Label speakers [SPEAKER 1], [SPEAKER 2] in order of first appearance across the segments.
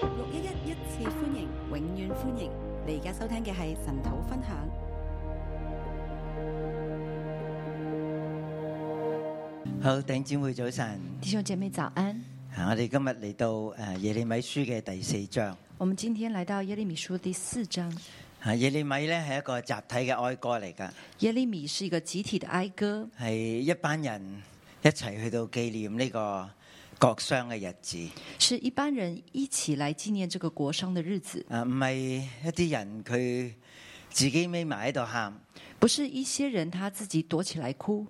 [SPEAKER 1] 六一一一次歡迎，永遠歡迎！你而家收聽嘅係神土分享。
[SPEAKER 2] 好，弟兄姊妹早晨。
[SPEAKER 3] 弟兄姐妹早安，
[SPEAKER 2] 啊，我哋今日嚟到誒耶利米書嘅第四章。
[SPEAKER 3] 我们今天来到耶利米書第四章。
[SPEAKER 2] 啊，耶利米咧係一個集體嘅哀歌嚟㗎，
[SPEAKER 3] 耶利米是一個集體的哀歌，
[SPEAKER 2] 係一班人一齊去到紀念呢個國殤嘅日子。
[SPEAKER 3] 是一般人一起來紀念這個國殤的日子，
[SPEAKER 2] 啊，唔係一啲人佢自己匿埋喺度喊，
[SPEAKER 3] 不是一些人他自己躲起來哭，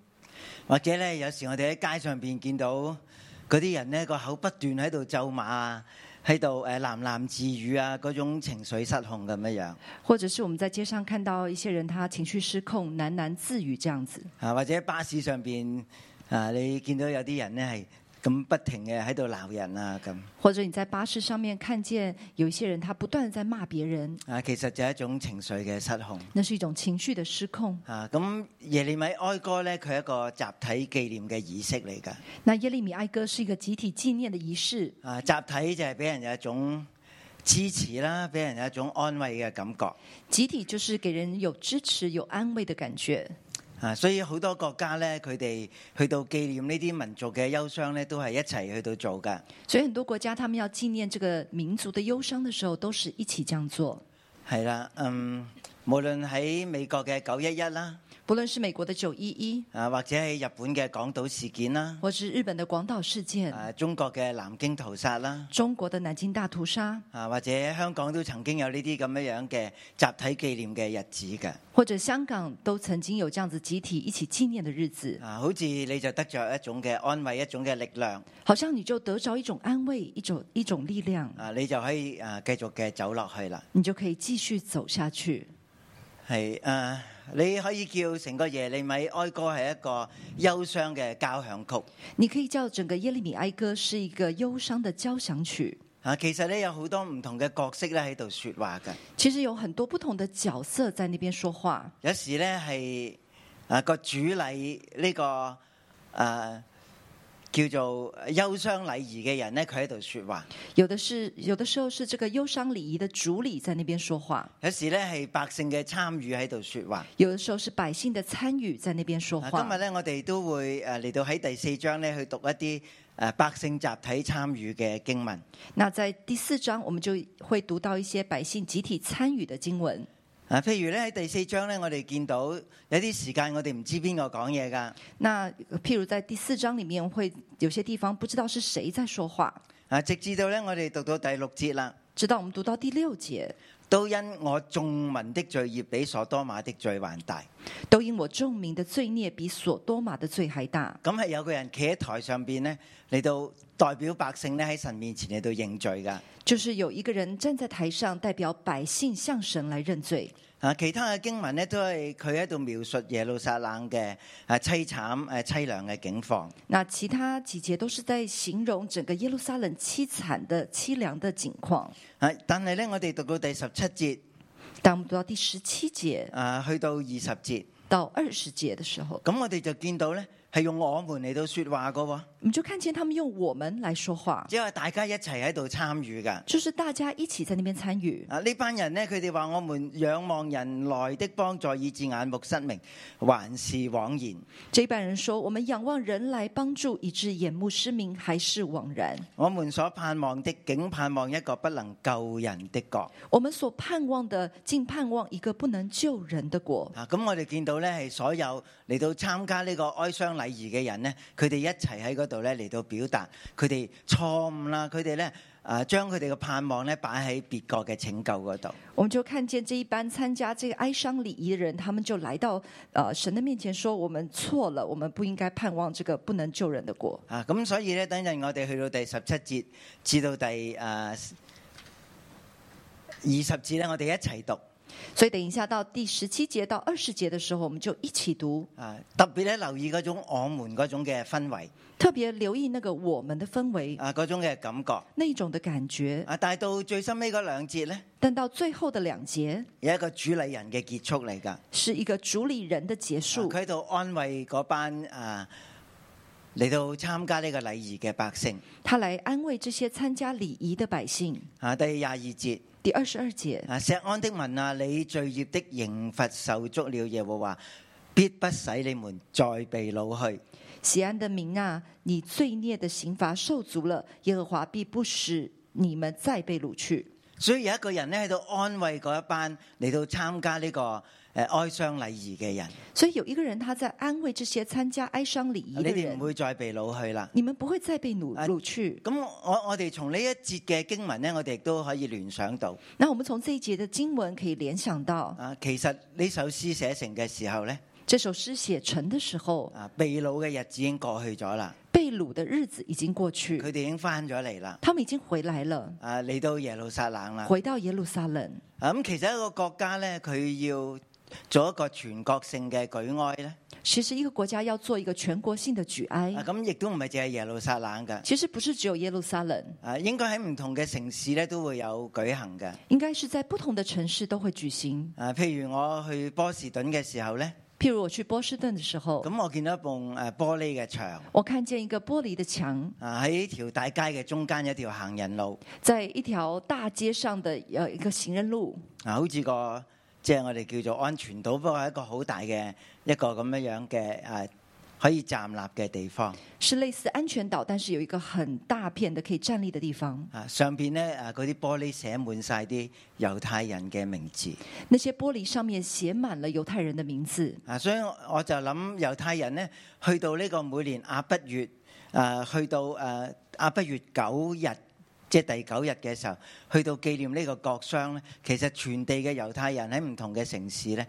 [SPEAKER 2] 或者咧有時我哋喺街上邊見到嗰啲人咧個口不斷喺度咒罵啊，喺度誒喃喃自語啊，嗰種情緒失控咁樣樣。
[SPEAKER 3] 或者是我們在街上看到一些人他情緒失控、喃喃自語這樣子，
[SPEAKER 2] 啊，或者巴士上邊啊，你見到有啲人呢係咁不停嘅喺度鬧人啊咁
[SPEAKER 3] 或者你在巴士上面看見有一些人他不斷地在罵別人，
[SPEAKER 2] 啊，其實就係一種情緒嘅失控
[SPEAKER 3] 那是一種情緒的失控。
[SPEAKER 2] 啊。咁耶利米哀歌呢，佢係一個集體紀念嘅儀式嚟㗎。
[SPEAKER 3] 那耶利米哀歌是一個集體紀念的儀式，
[SPEAKER 2] 啊，集體就係俾人有一種支持啦，俾人有一種安慰嘅感覺
[SPEAKER 3] 集體就是給人有支持、有安慰的感覺。
[SPEAKER 2] 啊。所以好多國家呢，佢哋去到紀念呢啲民族嘅憂傷呢，都係一齊去到做㗎。
[SPEAKER 3] 所以很多國家他們要紀念這個民族的憂傷的時候，都是一起這樣做。
[SPEAKER 2] 係啦，嗯，無論喺美國嘅九一一啦。
[SPEAKER 3] 不論是美國的九一一，
[SPEAKER 2] 啊，或者喺日本嘅港島事件啦，
[SPEAKER 3] 或是日本的廣島事件，
[SPEAKER 2] 啊，中國嘅南京屠殺啦，
[SPEAKER 3] 中國的南京大屠殺，
[SPEAKER 2] 啊，或者香港都曾經有呢啲咁樣樣嘅集體紀念嘅日子嘅，
[SPEAKER 3] 或者香港都曾經有這樣子集體一起紀念的日子，
[SPEAKER 2] 啊，好似你就得着一種嘅安慰，一種嘅力量，
[SPEAKER 3] 好像你就得着一種安慰，一種一種力量，
[SPEAKER 2] 啊，你就可以啊繼續嘅走落去啦，
[SPEAKER 3] 你就可以繼續走下去。
[SPEAKER 2] 係啊，你可以叫成個耶利米哀歌係一個憂傷嘅交響曲，
[SPEAKER 3] 你可以叫整個耶利米哀歌是一個憂傷的交響曲。
[SPEAKER 2] 啊，其實咧有好多唔同嘅角色咧喺度說話嘅，
[SPEAKER 3] 其實有很多不同的角色在那邊說話，
[SPEAKER 2] 有時咧係啊個主禮呢、個啊叫做憂傷禮儀嘅人咧，佢喺度說話；
[SPEAKER 3] 有的是有的時候是這個憂傷禮儀的主理在那邊說話。
[SPEAKER 2] 有時咧係百姓嘅參與喺度說話。
[SPEAKER 3] 有的時候是百姓的參與在那邊說
[SPEAKER 2] 啊
[SPEAKER 3] 話。
[SPEAKER 2] 今日咧，我哋都會誒嚟到喺第四章咧去讀一啲誒百姓集體參與嘅經文。
[SPEAKER 3] 那在第四章，我們就會讀到一些百姓集體參與的經文。
[SPEAKER 2] 啊，譬如咧喺第四章咧，我哋見到有啲時間我哋唔知邊個講嘢㗎。
[SPEAKER 3] 那譬如在第四章裡面，會有些地方不知道是誰在說話，
[SPEAKER 2] 啊，直至到咧我哋讀到第六節啦，
[SPEAKER 3] 直到我們讀到第六節，
[SPEAKER 2] 都因我眾民的罪孽比所多瑪的罪還大。
[SPEAKER 3] 都因我眾民的罪孽比所多瑪的罪還大。
[SPEAKER 2] 咁係有個人企喺台上邊咧，嚟到代表百姓咧喺神面前嚟到認罪噶。
[SPEAKER 3] 就是有一個人站在台上，代表百姓向神來認罪。
[SPEAKER 2] 啊，其他嘅經文咧都係佢喺度描述耶路撒冷嘅啊凄慘誒凄涼嘅境況。
[SPEAKER 3] 那其他幾節都是在形容整個耶路撒冷凄慘的、淒涼的景況。
[SPEAKER 2] 啊，但係咧我哋讀到第十七節
[SPEAKER 3] 但我們讀到第十七節
[SPEAKER 2] 啊，去到二十節，
[SPEAKER 3] 到二十節的時候，
[SPEAKER 2] 咁我哋就見到咧係用我們嚟到説話噶喎，
[SPEAKER 3] 我們就看見他們用我們來說話，
[SPEAKER 2] 即係話大家一齊喺度參與噶。
[SPEAKER 3] 就是大家一起在那邊參與。
[SPEAKER 2] 啊！呢班人呢，佢哋話：我們仰望人來的幫助，以致眼目失明，還是枉然。
[SPEAKER 3] 這一班人說：“我們仰望人來幫助，以致眼目失明，還是枉然。
[SPEAKER 2] 我們所盼望的，竟盼望一個不能救人的國。
[SPEAKER 3] 我們所盼望的，竟盼望一個不能救人的國。
[SPEAKER 2] 啊，咁我哋見到呢，係所有嚟到參加呢個哀傷禮儀嘅人呢，佢哋一齊喺嗰度呢嚟到表達佢哋錯誤啦，佢哋呢，啊將佢哋嘅盼望呢擺喺別國嘅拯救嗰度。”
[SPEAKER 3] 我們就看見這一班參加這個哀傷禮儀的人，他們就來到呃神的面前說：“我們錯了，我們不應該盼望這個不能救人的國。
[SPEAKER 2] 啊，咁所以呢，等陣我哋去到第十七節至到第啊二十節呢，我哋一齊讀。”
[SPEAKER 3] 所以等一下到第十七節到二十節的時候，我們就一起讀，
[SPEAKER 2] 啊，特別咧留意嗰種我們嗰種嘅氛圍，
[SPEAKER 3] 特別留意那個我們的氛圍
[SPEAKER 2] 啊嗰種嘅感覺。
[SPEAKER 3] 那一種的感覺。
[SPEAKER 2] 啊，但係到最深尾嗰兩節呢，
[SPEAKER 3] 但到最後的兩節
[SPEAKER 2] 有一個主理人嘅結束嚟㗎。
[SPEAKER 3] 是一個主理人的結
[SPEAKER 2] 啊
[SPEAKER 3] 束，
[SPEAKER 2] 佢喺度安慰嗰班啊嚟到參加呢個禮儀嘅百姓。
[SPEAKER 3] 他来安慰这些参加礼仪的百姓。
[SPEAKER 2] 啊，第廿二節
[SPEAKER 3] 第二十二节，
[SPEAKER 2] 啊，錫安的民啊，你罪孽的刑罰受足了，耶和華必不使你們再被擄去。
[SPEAKER 3] 喜安的民啊，你罪孽的刑罚受足了，耶和华必不使你们再被掳去。
[SPEAKER 2] 所以有一個人咧喺度安慰嗰一班嚟到參加呢、個誒哀傷禮儀嘅人，
[SPEAKER 3] 所以有一个人他在安慰这些参加哀伤礼仪
[SPEAKER 2] 啊你
[SPEAKER 3] 的
[SPEAKER 2] 哋唔，
[SPEAKER 3] 人
[SPEAKER 2] 會再被擄去啦。
[SPEAKER 3] 你们不会再被掳
[SPEAKER 2] 啊
[SPEAKER 3] 掳去。
[SPEAKER 2] 咁我我哋從呢一節嘅經文咧，我哋亦都可以聯想到
[SPEAKER 3] 那我们从这一节的经文可以聯想到，
[SPEAKER 2] 啊，其實呢首詩寫成嘅時候咧，
[SPEAKER 3] 这首诗写成的时候，
[SPEAKER 2] 啊被擄嘅日子已經過去咗啦，
[SPEAKER 3] 被掳的日子已经过
[SPEAKER 2] 佢
[SPEAKER 3] 去，
[SPEAKER 2] 哋已經翻咗嚟啦，
[SPEAKER 3] 他们已经回来了，
[SPEAKER 2] 啊嚟到耶路撒冷啦。
[SPEAKER 3] 回到耶路撒冷。
[SPEAKER 2] 啊咁其實一個國家咧，佢要做一個全國性嘅舉哀咧，
[SPEAKER 3] 其实一个国家要做一个全国性的举哀
[SPEAKER 2] 啊，咁亦都唔係淨係耶路撒冷嘅，
[SPEAKER 3] 其实不是只有耶路撒冷，
[SPEAKER 2] 啊應該喺唔同嘅城市咧都會有舉行嘅。
[SPEAKER 3] 应该是在不同的城市都会举行。
[SPEAKER 2] 啊，譬如我去波士頓嘅時候呢，
[SPEAKER 3] 譬如我去波士顿的时候，
[SPEAKER 2] 咁我見到一埲誒玻璃嘅牆，
[SPEAKER 3] 我看见一个玻璃的墙，
[SPEAKER 2] 啊喺條大街嘅中間有一條行人路，
[SPEAKER 3] 在一条大街上的呃一个行人路，
[SPEAKER 2] 啊好似個即係我哋叫做安全島，不過係一個好大嘅一個咁樣樣嘅誒可以站立嘅地方。
[SPEAKER 3] 是类似安全岛，但是有一个很大片的可以站立的地方。
[SPEAKER 2] 啊上邊呢，誒嗰啲玻璃寫滿晒啲猶太人嘅名字，
[SPEAKER 3] 那些玻璃上面写满了犹太人的名字，
[SPEAKER 2] 啊所以我我就諗猶太人呢，去到呢個每年亞筆月，啊去到誒亞筆月九日。即係第九日嘅時候，去到紀念呢個國殤咧，其實全地嘅猶太人喺唔同嘅城市咧，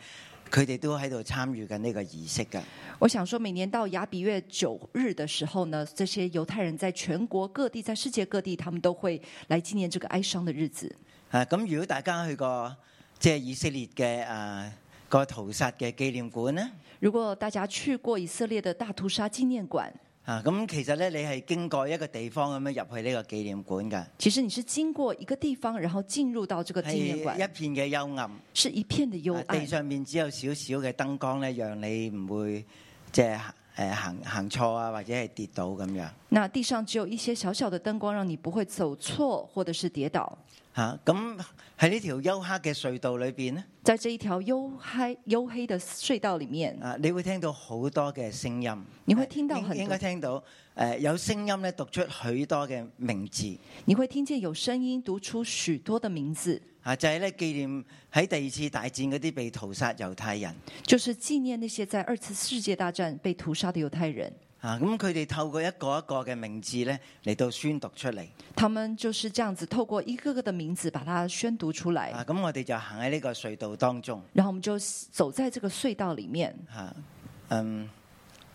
[SPEAKER 2] 佢哋都喺度參與緊呢個儀式㗎。
[SPEAKER 3] 我想说，每年到雅比月九日的时候呢，这些犹太人在全国各地，在世界各地，他们都会来纪念这个哀伤的日子。
[SPEAKER 2] 啊，咁如果大家去過即係以色列嘅啊個屠殺嘅紀念館咧，
[SPEAKER 3] 如果大家去过以色列的大屠杀纪念館，
[SPEAKER 2] 啊咁其實咧你係經過一個地方咁樣入去呢個紀念館㗎，
[SPEAKER 3] 其实你是经过一个地方，然后进入到这个
[SPEAKER 2] 係
[SPEAKER 3] 纪念
[SPEAKER 2] 一
[SPEAKER 3] 馆，
[SPEAKER 2] 片嘅幽暗，
[SPEAKER 3] 是一片的幽
[SPEAKER 2] 哎啊地
[SPEAKER 3] 暗，
[SPEAKER 2] 上面只有少少嘅燈光咧，讓你唔會即係誒行行錯啊，或者係跌倒咁樣。
[SPEAKER 3] 那地上只有一些小小的燈光，让你不会走错或者是跌倒。
[SPEAKER 2] 吓咁喺呢條幽黑嘅隧道裏边咧，
[SPEAKER 3] 在这一条幽黑幽黑的隧道里面，
[SPEAKER 2] 啊，你會聽到好多嘅聲音，
[SPEAKER 3] 你會聽到
[SPEAKER 2] 應
[SPEAKER 3] 很多
[SPEAKER 2] 應該聽到诶、呃有聲音咧讀出許多嘅名字，
[SPEAKER 3] 你会听见有声音读出许多的名字，
[SPEAKER 2] 啊，就係咧紀念喺第二次大戰嗰啲被屠殺猶太人，
[SPEAKER 3] 就是纪念那些在二次世界大战被屠杀的犹太人。
[SPEAKER 2] 啊，咁佢哋透過一個一個嘅名字咧嚟到宣讀出嚟，
[SPEAKER 3] 他们就是这样子透过一个个的名字把它宣读出来，
[SPEAKER 2] 啊，咁我哋就行喺呢個隧道當中，
[SPEAKER 3] 然后我们就走在这个隧道里面，
[SPEAKER 2] 吓、嗯。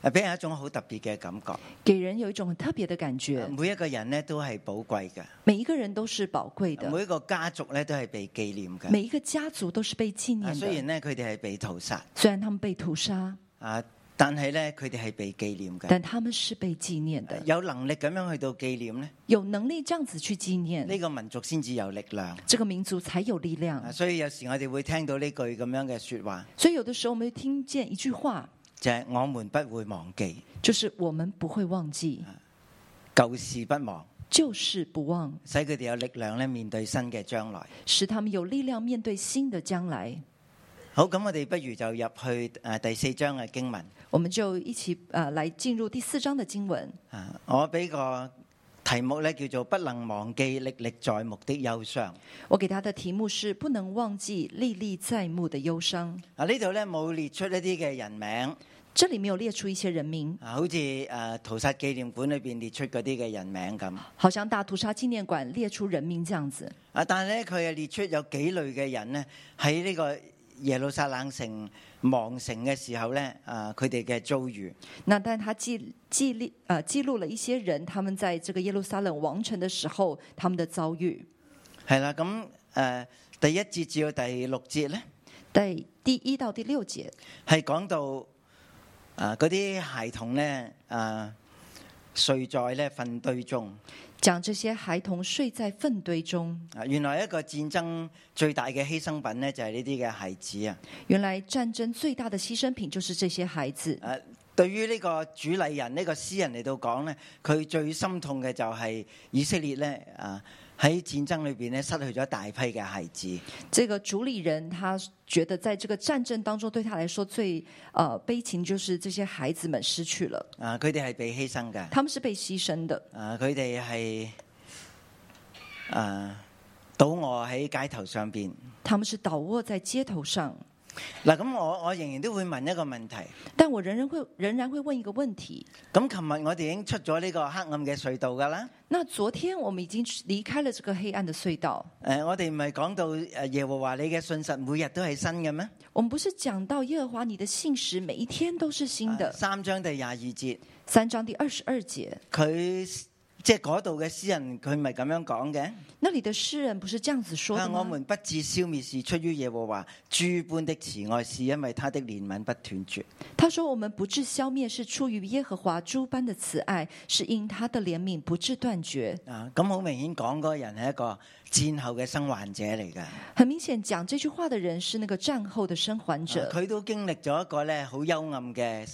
[SPEAKER 2] 啊俾人一種好特別嘅感覺，啊
[SPEAKER 3] 给人有一种很特别的感觉。
[SPEAKER 2] 每一個人咧都係寶貴嘅，啊
[SPEAKER 3] 每一个人都是宝贵的，
[SPEAKER 2] 每一個家族咧都係被紀念嘅。
[SPEAKER 3] 每一个家族都是被纪
[SPEAKER 2] 啊，
[SPEAKER 3] 念
[SPEAKER 2] 雖然
[SPEAKER 3] 的。
[SPEAKER 2] 咧佢哋係被屠殺，
[SPEAKER 3] 虽然他们被屠杀，
[SPEAKER 2] 啊，但係咧佢哋係被紀念嘅。啊
[SPEAKER 3] 但他们是被纪念的。
[SPEAKER 2] 有能力咁樣去到紀念咧，
[SPEAKER 3] 有能力这样子去纪
[SPEAKER 2] 呢、
[SPEAKER 3] 念，
[SPEAKER 2] 個民族先至有力量。
[SPEAKER 3] 这个民族才有力
[SPEAKER 2] 啊，
[SPEAKER 3] 量。
[SPEAKER 2] 所以有時我哋會聽到呢句咁樣嘅说話，
[SPEAKER 3] 所以有的时候我们会听见一句话，
[SPEAKER 2] 就係我們不會忘記，
[SPEAKER 3] 就是我们不会忘记，
[SPEAKER 2] 啊舊事不忘，
[SPEAKER 3] 就是不忘，
[SPEAKER 2] 使佢哋有力量咧面對新嘅將來。
[SPEAKER 3] 使他们有力量面对新的将来。
[SPEAKER 2] 好，咁我哋不如就入去诶第四章嘅經文。
[SPEAKER 3] 我们就一起呃来进入第四章的经文。
[SPEAKER 2] 啊，我俾個題目咧叫做不能忘記歷歷在目的憂傷。
[SPEAKER 3] 我给他的题目是“不能忘记历历在目的忧伤
[SPEAKER 2] 啊，呢度咧冇列出一啲嘅人名。”。
[SPEAKER 3] 这里没有列出一些人名，
[SPEAKER 2] 啊，好似誒、呃屠殺紀念館裏邊列出嗰啲嘅人名咁。
[SPEAKER 3] 好像大屠杀纪念馆列出人名这样子。
[SPEAKER 2] 啊，但係咧佢係列出有幾類嘅人呢，喺呢個耶路撒冷城亡城嘅時候咧，啊佢哋嘅遭遇。
[SPEAKER 3] 那但他记记历呃记录了一些人，他们在这个耶路撒冷王城的时候，他们的遭遇。
[SPEAKER 2] 係啦，咁誒、呃第一節至到第六節咧，
[SPEAKER 3] 在第一到第六节，
[SPEAKER 2] 係講到啊嗰啲孩童咧啊睡在咧糞堆中。
[SPEAKER 3] 讲这些孩童睡在粪堆中。
[SPEAKER 2] 啊，原來一個戰爭最大嘅犧牲品咧，就係呢啲嘅孩子啊！
[SPEAKER 3] 原来战争最大的牺牲品就是这些孩子。
[SPEAKER 2] 啊，對對於呢個主禮人呢、個詩人嚟到講呢，佢最心痛嘅就係以色列呢，啊喺戰爭裏邊呢，失去咗大批嘅孩子，
[SPEAKER 3] 这个主理人他觉得在这个战争当中，对他来说最呃悲情就是这些孩子们失去了，
[SPEAKER 2] 啊佢哋係被犧牲嘅，
[SPEAKER 3] 他们是被牺牲的，
[SPEAKER 2] 啊佢哋係啊倒卧喺街頭上邊。
[SPEAKER 3] 他们是倒卧在街头上。
[SPEAKER 2] 嗱咁我我仍然都會問一個問題。
[SPEAKER 3] 但我仍然会仍然会问一个问题：
[SPEAKER 2] 咁琴日我哋已經出咗呢個黑暗嘅隧道噶啦。
[SPEAKER 3] 那昨天我们已经离开了这个黑暗的隧道，
[SPEAKER 2] 诶、我哋唔係講到诶耶和華你嘅信實每日都係新嘅咩？
[SPEAKER 3] 我们不是讲到耶和华你的信实每一天都是新
[SPEAKER 2] 啊
[SPEAKER 3] 的，
[SPEAKER 2] 三章第廿二節，
[SPEAKER 3] 三章第二十二节
[SPEAKER 2] 佢即係嗰度嘅詩人，佢咪咁樣講嘅。
[SPEAKER 3] 那里的诗人不是这样子说
[SPEAKER 2] 啊
[SPEAKER 3] 的
[SPEAKER 2] 我
[SPEAKER 3] 吗？
[SPEAKER 2] 們不致消滅是出於耶和華諸般的慈愛，是因為他的憐憫不斷絕。
[SPEAKER 3] 他说：“我们不致消灭，是出于耶和华诸般的慈爱，是因他的怜悯不致断绝。
[SPEAKER 2] 啊，咁好明顯講嗰個人係一個戰後嘅生還者嚟㗎。”
[SPEAKER 3] 很明显，讲这句话的人是那个战后的生还
[SPEAKER 2] 啊
[SPEAKER 3] 者，
[SPEAKER 2] 佢都經歷咗一個咧好幽暗嘅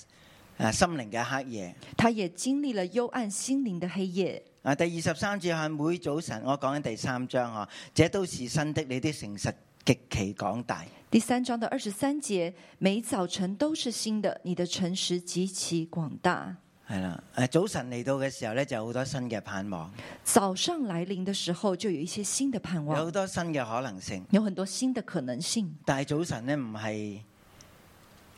[SPEAKER 2] 诶心靈嘅黑夜。
[SPEAKER 3] 他也经历了幽暗心灵的黑夜。
[SPEAKER 2] 啊，第二十三節係每早晨，我講緊第三章嗬，這都是新的，你的誠實極其廣大。
[SPEAKER 3] 第三章的二十三节，每早晨都是新的，你的诚实极其广大。
[SPEAKER 2] 係啦，誒早晨嚟到嘅時候咧，就有好多新嘅盼望，
[SPEAKER 3] 早上来临的时候，就有一些新的盼
[SPEAKER 2] 有
[SPEAKER 3] 望
[SPEAKER 2] 好，多新嘅可能性。
[SPEAKER 3] 有很多新的可能性。
[SPEAKER 2] 但係早晨咧唔係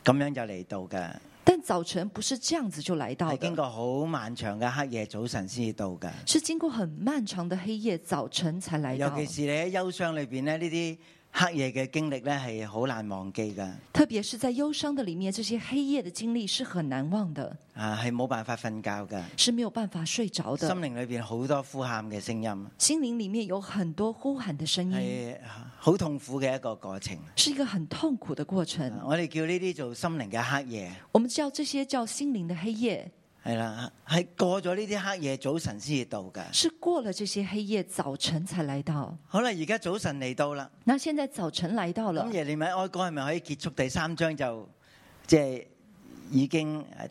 [SPEAKER 2] 咁樣就嚟到嘅，
[SPEAKER 3] 但早晨不是这样子就来到
[SPEAKER 2] 係經
[SPEAKER 3] 的，
[SPEAKER 2] 過好漫長嘅黑夜，早晨先至到嘅。
[SPEAKER 3] 是经过很漫长的黑夜，早晨才来
[SPEAKER 2] 尤
[SPEAKER 3] 到。
[SPEAKER 2] 其是你喺憂傷裏邊咧，呢啲黑夜嘅經歷咧係好難忘記嘅，
[SPEAKER 3] 特别是在忧伤的里面，这些黑夜的经历是很難忘的，
[SPEAKER 2] 啊係冇辦法瞓覺嘅，
[SPEAKER 3] 是没有办法睡着
[SPEAKER 2] 心
[SPEAKER 3] 的。
[SPEAKER 2] 靈裏邊好多呼喊嘅聲音，
[SPEAKER 3] 心灵里面有很多呼喊的声音，
[SPEAKER 2] 係好痛苦嘅一個過程。
[SPEAKER 3] 是一个很痛苦的过程。
[SPEAKER 2] 我哋叫呢啲做心靈嘅黑夜，
[SPEAKER 3] 我们叫这些叫心灵的黑夜，
[SPEAKER 2] 係啦，係過咗呢啲黑夜，早晨先至到嘅。
[SPEAKER 3] 是过了这些黑夜，早晨才来到。
[SPEAKER 2] 好啦，而家早晨嚟到啦，
[SPEAKER 3] 那现在早晨来到了
[SPEAKER 2] 咁，耶利米哀歌係咪可以結束第三章就即係已經呃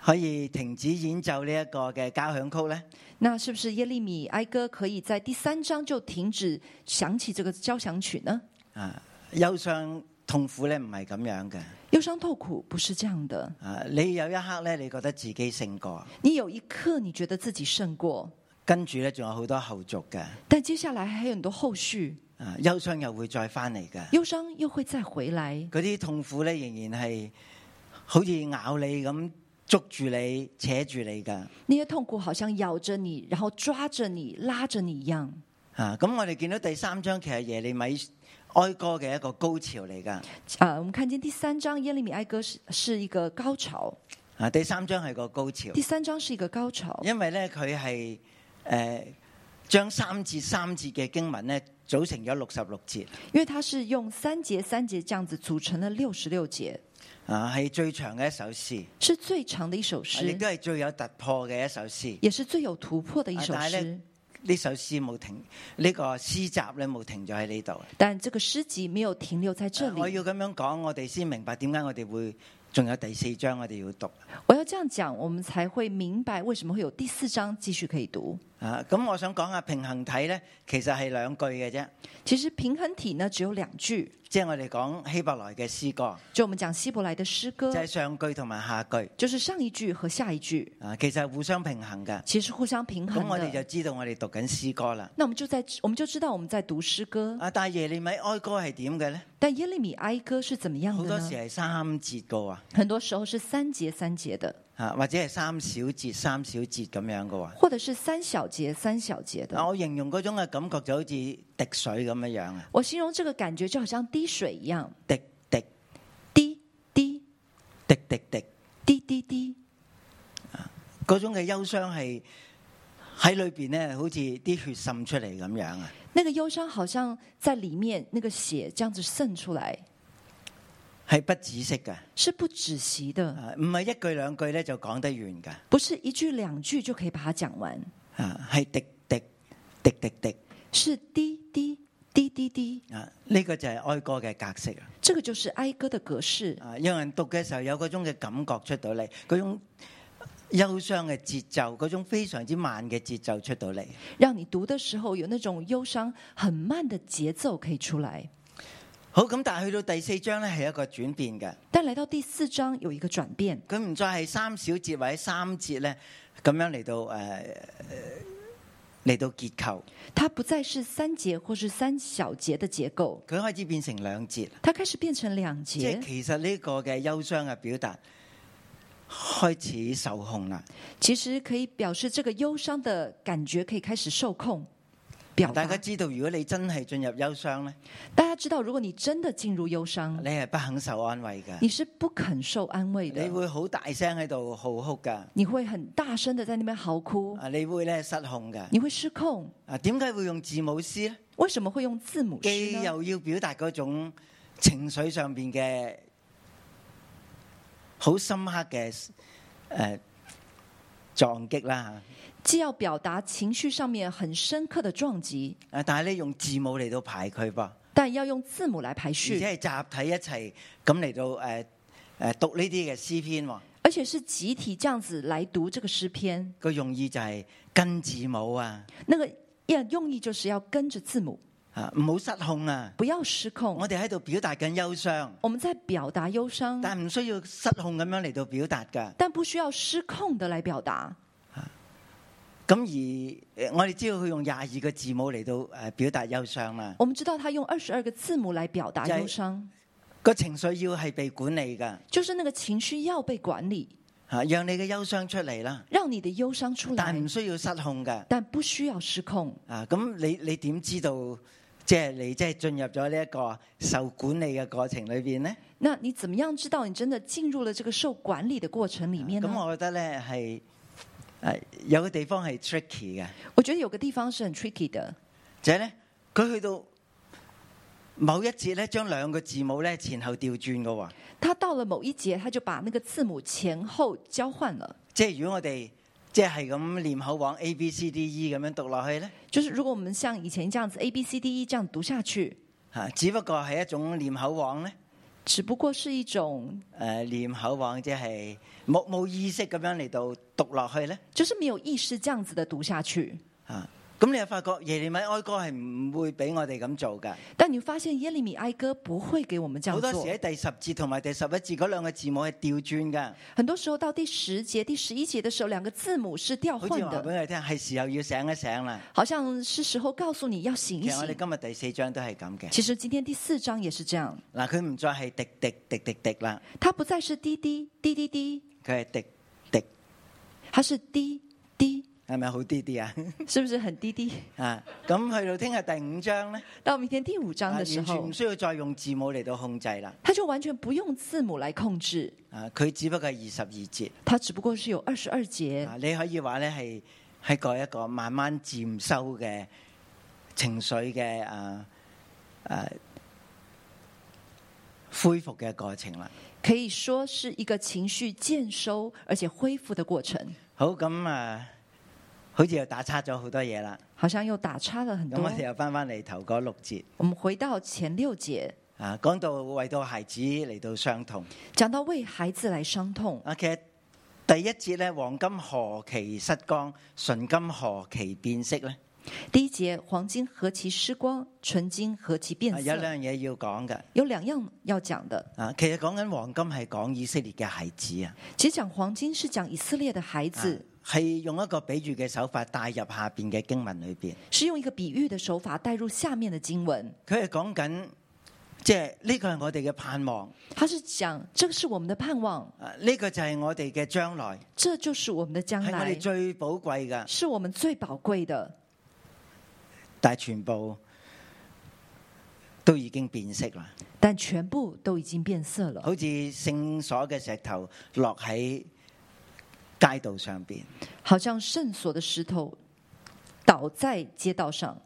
[SPEAKER 2] 可以停止演奏呢一個嘅交響曲呢？
[SPEAKER 3] 那是不是耶利米哀歌可以在第三章就停止响起这个交响曲呢？
[SPEAKER 2] 啊，憂傷痛苦咧唔係咁樣嘅。
[SPEAKER 3] 忧伤痛苦不是这样的，
[SPEAKER 2] 啊，你有一刻咧，你覺得自己勝過，
[SPEAKER 3] 你有一刻你觉得自己胜过，
[SPEAKER 2] 跟住咧仲有好多後續嘅。
[SPEAKER 3] 但接下来还有很多后续。
[SPEAKER 2] 啊，憂傷又會再翻嚟嘅。
[SPEAKER 3] 忧伤又会再回来，
[SPEAKER 2] 嗰啲痛苦咧，仍然係好似咬你咁捉住你、扯住你噶。
[SPEAKER 3] 那些痛苦好像咬着你，然后抓着你、拉着你一样。
[SPEAKER 2] 啊，咁我哋見到第三章其實耶利米哀歌嘅一個高潮嚟噶。
[SPEAKER 3] 啊、我们看见第三章耶利米哀歌是是一个高潮，
[SPEAKER 2] 啊，第三章係個高潮
[SPEAKER 3] 第，三章是一个高潮，
[SPEAKER 2] 因為咧佢係诶将三節三節嘅經文咧組成咗六十六節。
[SPEAKER 3] 因为它是用三节三节这样子组成了六十六节，
[SPEAKER 2] 啊，係最長嘅一首詩，啊
[SPEAKER 3] 是最长的一首
[SPEAKER 2] 亦
[SPEAKER 3] 诗，
[SPEAKER 2] 都係最有突破嘅一首詩。
[SPEAKER 3] 也是最有突破的一首
[SPEAKER 2] 啊但是
[SPEAKER 3] 诗
[SPEAKER 2] 呢。呢首詩冇停，呢、個詩集咧冇停咗喺呢度。啊
[SPEAKER 3] 但这个诗集没有停留在这
[SPEAKER 2] 我
[SPEAKER 3] 里。
[SPEAKER 2] 要咁樣講，我哋先明白點解我哋會仲有第四章我哋要讀
[SPEAKER 3] 我要这样讲，我们才会明白为什么会有第四章继续可以读。
[SPEAKER 2] 啊！咁我想講下平衡體呢，其實係兩句嘅啫，
[SPEAKER 3] 其实平衡体呢只有两句，
[SPEAKER 2] 即係我哋講希伯來嘅詩歌，
[SPEAKER 3] 就我们讲希伯来的诗歌
[SPEAKER 2] 就，係上句同埋下句
[SPEAKER 3] 就是上一句和下一句，
[SPEAKER 2] 啊，其實係互相平衡嘅。
[SPEAKER 3] 其实互相平
[SPEAKER 2] 咁
[SPEAKER 3] 衡
[SPEAKER 2] 我哋就
[SPEAKER 3] 的。
[SPEAKER 2] 知道我哋讀緊詩歌啦。
[SPEAKER 3] 那我们就在我们就知道我们在读诗歌，
[SPEAKER 2] 啊，但係耶利米哀歌係點嘅呢？
[SPEAKER 3] 但耶利米哀歌是怎么样
[SPEAKER 2] 好多
[SPEAKER 3] 的
[SPEAKER 2] 時嗯
[SPEAKER 3] 呢？
[SPEAKER 2] 係啊三節嘅喎，
[SPEAKER 3] 很多时候是三节三节的，
[SPEAKER 2] 啊或者係三小節、三小節咁樣嘅喎。
[SPEAKER 3] 或者是三小节三小节
[SPEAKER 2] 啊，
[SPEAKER 3] 的。
[SPEAKER 2] 我形容嗰種嘅感覺就好似滴水咁樣樣啊，
[SPEAKER 3] 我形容这个感觉就好像滴水一样，
[SPEAKER 2] 滴滴
[SPEAKER 3] 滴滴
[SPEAKER 2] 滴滴滴。
[SPEAKER 3] 滴滴滴，
[SPEAKER 2] 嗰種嘅憂傷係喺裏邊咧，好似啲血滲出嚟咁樣啊！
[SPEAKER 3] 那个忧伤好像在里面，那个血这样子渗出来，
[SPEAKER 2] 係不止息嘅，
[SPEAKER 3] 是不止息的，
[SPEAKER 2] 啊唔係一句兩句咧就講得完㗎，
[SPEAKER 3] 不是一句两句就可以把它讲完，
[SPEAKER 2] 啊係滴滴滴滴滴，
[SPEAKER 3] 是滴滴滴滴低。
[SPEAKER 2] 啊，呢、個就係哀歌嘅格式啊！
[SPEAKER 3] 这个就是哀歌的格式。
[SPEAKER 2] 啊，有人讀嘅時候有嗰種嘅感覺出到嚟，嗰種憂傷嘅節奏，嗰種非常之慢嘅節奏出到嚟。
[SPEAKER 3] 让你读的时候有那种忧伤很慢的节奏可以出来。
[SPEAKER 2] 好，咁但係去到第四章咧係一個轉變嘅，
[SPEAKER 3] 但来到第四章有一个转变，
[SPEAKER 2] 佢唔再係三小節或者三節咧咁樣嚟到誒嚟、到結構，
[SPEAKER 3] 它不再是三节或是三小节的结构，
[SPEAKER 2] 佢開始變成兩節。
[SPEAKER 3] 它开始变成两
[SPEAKER 2] 即
[SPEAKER 3] 节
[SPEAKER 2] 係。其實呢個嘅憂傷嘅表達開始受控啦。
[SPEAKER 3] 其实可以表示这个忧伤的感觉可以开始受控表
[SPEAKER 2] 大
[SPEAKER 3] 达。
[SPEAKER 2] 家
[SPEAKER 3] 大家
[SPEAKER 2] 知道，如果你真係進入憂傷咧，
[SPEAKER 3] 知道，如果你真的进入忧伤，
[SPEAKER 2] 你係不肯受安慰嘅，
[SPEAKER 3] 你是不肯受安慰
[SPEAKER 2] 你
[SPEAKER 3] 的，
[SPEAKER 2] 會好大聲喺度號哭㗎，
[SPEAKER 3] 你会很大声的在那边嚎哭，
[SPEAKER 2] 啊，你會咧失控㗎。
[SPEAKER 3] 你会失控。
[SPEAKER 2] 啊，點解會用字母詩咧？
[SPEAKER 3] 为什么会用字母
[SPEAKER 2] 既
[SPEAKER 3] 诗呢？
[SPEAKER 2] 又要表達嗰種情緒上邊嘅好深刻嘅誒、呃撞擊啦
[SPEAKER 3] 既要表达情绪上面很深刻的撞击，
[SPEAKER 2] 嚇，啊，但係咧用字母嚟到排佢噃。
[SPEAKER 3] 但要用字母来排
[SPEAKER 2] 而
[SPEAKER 3] 序，
[SPEAKER 2] 且係集體一齊咁嚟到誒誒讀呢啲嘅詩篇喎，
[SPEAKER 3] 而且是集体这样子来读这个诗篇。
[SPEAKER 2] 個用意就係跟字母啊，
[SPEAKER 3] 那个要用意就是要跟着字母，
[SPEAKER 2] 啊唔好失控啊！
[SPEAKER 3] 不要失控。
[SPEAKER 2] 我哋喺度表達緊憂傷，
[SPEAKER 3] 我们在表达忧伤，
[SPEAKER 2] 但唔需要失控咁樣嚟到表達㗎。
[SPEAKER 3] 但不需要失控的来表达。
[SPEAKER 2] 咁而呃我哋知道佢用廿二個字母嚟到誒表達憂傷啦，
[SPEAKER 3] 我们知道他用二十二个字母来表达
[SPEAKER 2] 在
[SPEAKER 3] 忧伤，
[SPEAKER 2] 個情緒要係被管理㗎，
[SPEAKER 3] 就是那个情绪要被管理，
[SPEAKER 2] 嚇讓你嘅憂傷出嚟啦，
[SPEAKER 3] 让你的忧伤出来
[SPEAKER 2] 但，唔需要失控㗎。
[SPEAKER 3] 但不需要失控。
[SPEAKER 2] 啊，咁你你點知道即係你即係進入咗呢一個受管理嘅過程裏邊呢？
[SPEAKER 3] 那你怎么样知道你真的进入了这个受管理的过程里面呢？啊
[SPEAKER 2] 啊咁我覺得咧係誒有個地方係 tricky 嘅，
[SPEAKER 3] 我觉得有个地方是很 tricky 的，
[SPEAKER 2] 就係咧佢去到某一節咧，將兩個字母咧前後調轉嘅喎。
[SPEAKER 3] 他到了某一节，他就把那个字母前后交换了。
[SPEAKER 2] 即係如果我哋即係咁念口往 A B C D E 咁樣讀落去咧，
[SPEAKER 3] 就是如果我们像以前这样子 A B C D E 这样讀下去，
[SPEAKER 2] 嚇，只不過係一種念口往咧。
[SPEAKER 3] 只不过是一種
[SPEAKER 2] 誒、呃念口往即係冇冇意識咁樣嚟到讀落去咧，
[SPEAKER 3] 就是没有意识这样子的讀下去。
[SPEAKER 2] 嚇、咁你又發覺耶利米哀歌係唔會俾我哋咁做㗎，
[SPEAKER 3] 但你發現耶利米哀歌不会给我们这
[SPEAKER 2] 好
[SPEAKER 3] 样
[SPEAKER 2] 多時
[SPEAKER 3] 做，
[SPEAKER 2] 喺第十節同埋第十一節嗰兩個字母係調轉㗎。
[SPEAKER 3] 很多时候到第十节、第十一节的时候，两个字母是调
[SPEAKER 2] 好
[SPEAKER 3] 换
[SPEAKER 2] 似話俾
[SPEAKER 3] 的，
[SPEAKER 2] 佢聽，係時候要醒一醒啦。
[SPEAKER 3] 好像是时候告诉你要醒
[SPEAKER 2] 其
[SPEAKER 3] 一
[SPEAKER 2] 實我哋
[SPEAKER 3] 醒。
[SPEAKER 2] 今日第四章都係咁嘅。
[SPEAKER 3] 其實今天第四章也是這樣，
[SPEAKER 2] 嗱，佢唔再係滴滴滴滴滴啦，
[SPEAKER 3] 它不再是滴滴滴滴滴，
[SPEAKER 2] 佢係滴滴，
[SPEAKER 3] 它是滴滴，
[SPEAKER 2] 係咪好啲啲啊？
[SPEAKER 3] 是不是很滴滴？
[SPEAKER 2] 啊，咁去到聽日第五章咧，
[SPEAKER 3] 到明天第五章
[SPEAKER 2] 啊
[SPEAKER 3] 的
[SPEAKER 2] 完
[SPEAKER 3] 时
[SPEAKER 2] 全
[SPEAKER 3] 候
[SPEAKER 2] 唔，需要再用字母嚟到控制啦。
[SPEAKER 3] 它就完全不用字母来控制，
[SPEAKER 2] 啊，佢只不過係二十二節。
[SPEAKER 3] 它只不过是有二十二节，
[SPEAKER 2] 啊，你可以話咧係係個一個慢慢漸收嘅情緒嘅啊啊恢復嘅過程啦。
[SPEAKER 3] 可以说是一个情绪渐收而且恢复的过程。
[SPEAKER 2] 好，咁啊，好似又打叉咗好多嘢啦。
[SPEAKER 3] 好像又打岔了很
[SPEAKER 2] 咁我
[SPEAKER 3] 多。
[SPEAKER 2] 哋又翻翻嚟頭嗰六節
[SPEAKER 3] 我们回到前六节，
[SPEAKER 2] 啊，講到為到孩子嚟到傷痛
[SPEAKER 3] 讲到为孩子来伤痛。
[SPEAKER 2] 啊，其實第一節咧，黃金何其失光，純金何其變色咧，
[SPEAKER 3] 第一节，黄金何其失光，纯金何其变
[SPEAKER 2] 啊有
[SPEAKER 3] 色。
[SPEAKER 2] 兩樣嘢要講嘅
[SPEAKER 3] 有兩樣要講的。
[SPEAKER 2] 啊。其實講緊黃金係講以色列嘅孩子啊，
[SPEAKER 3] 其實講黃金是講以色列的孩子，
[SPEAKER 2] 係用一個比喻嘅手法帶入下邊嘅經文裏邊，
[SPEAKER 3] 是用一個比喻的手法带入下面的经文。
[SPEAKER 2] 佢係講緊即係呢個係我哋嘅盼望，
[SPEAKER 3] 它是講這个是我们的盼望，
[SPEAKER 2] 啊呢、個就係我哋嘅將來，
[SPEAKER 3] 這就是我們的將
[SPEAKER 2] 係我
[SPEAKER 3] 來
[SPEAKER 2] 哋，最寶貴噶。
[SPEAKER 3] 是我們最寶貴的。
[SPEAKER 2] 但係全部都已經變色啦，
[SPEAKER 3] 但全部都已經變色了，
[SPEAKER 2] 好似聖所嘅石頭落喺街道上邊。
[SPEAKER 3] 好像聖所的石頭倒在街道上。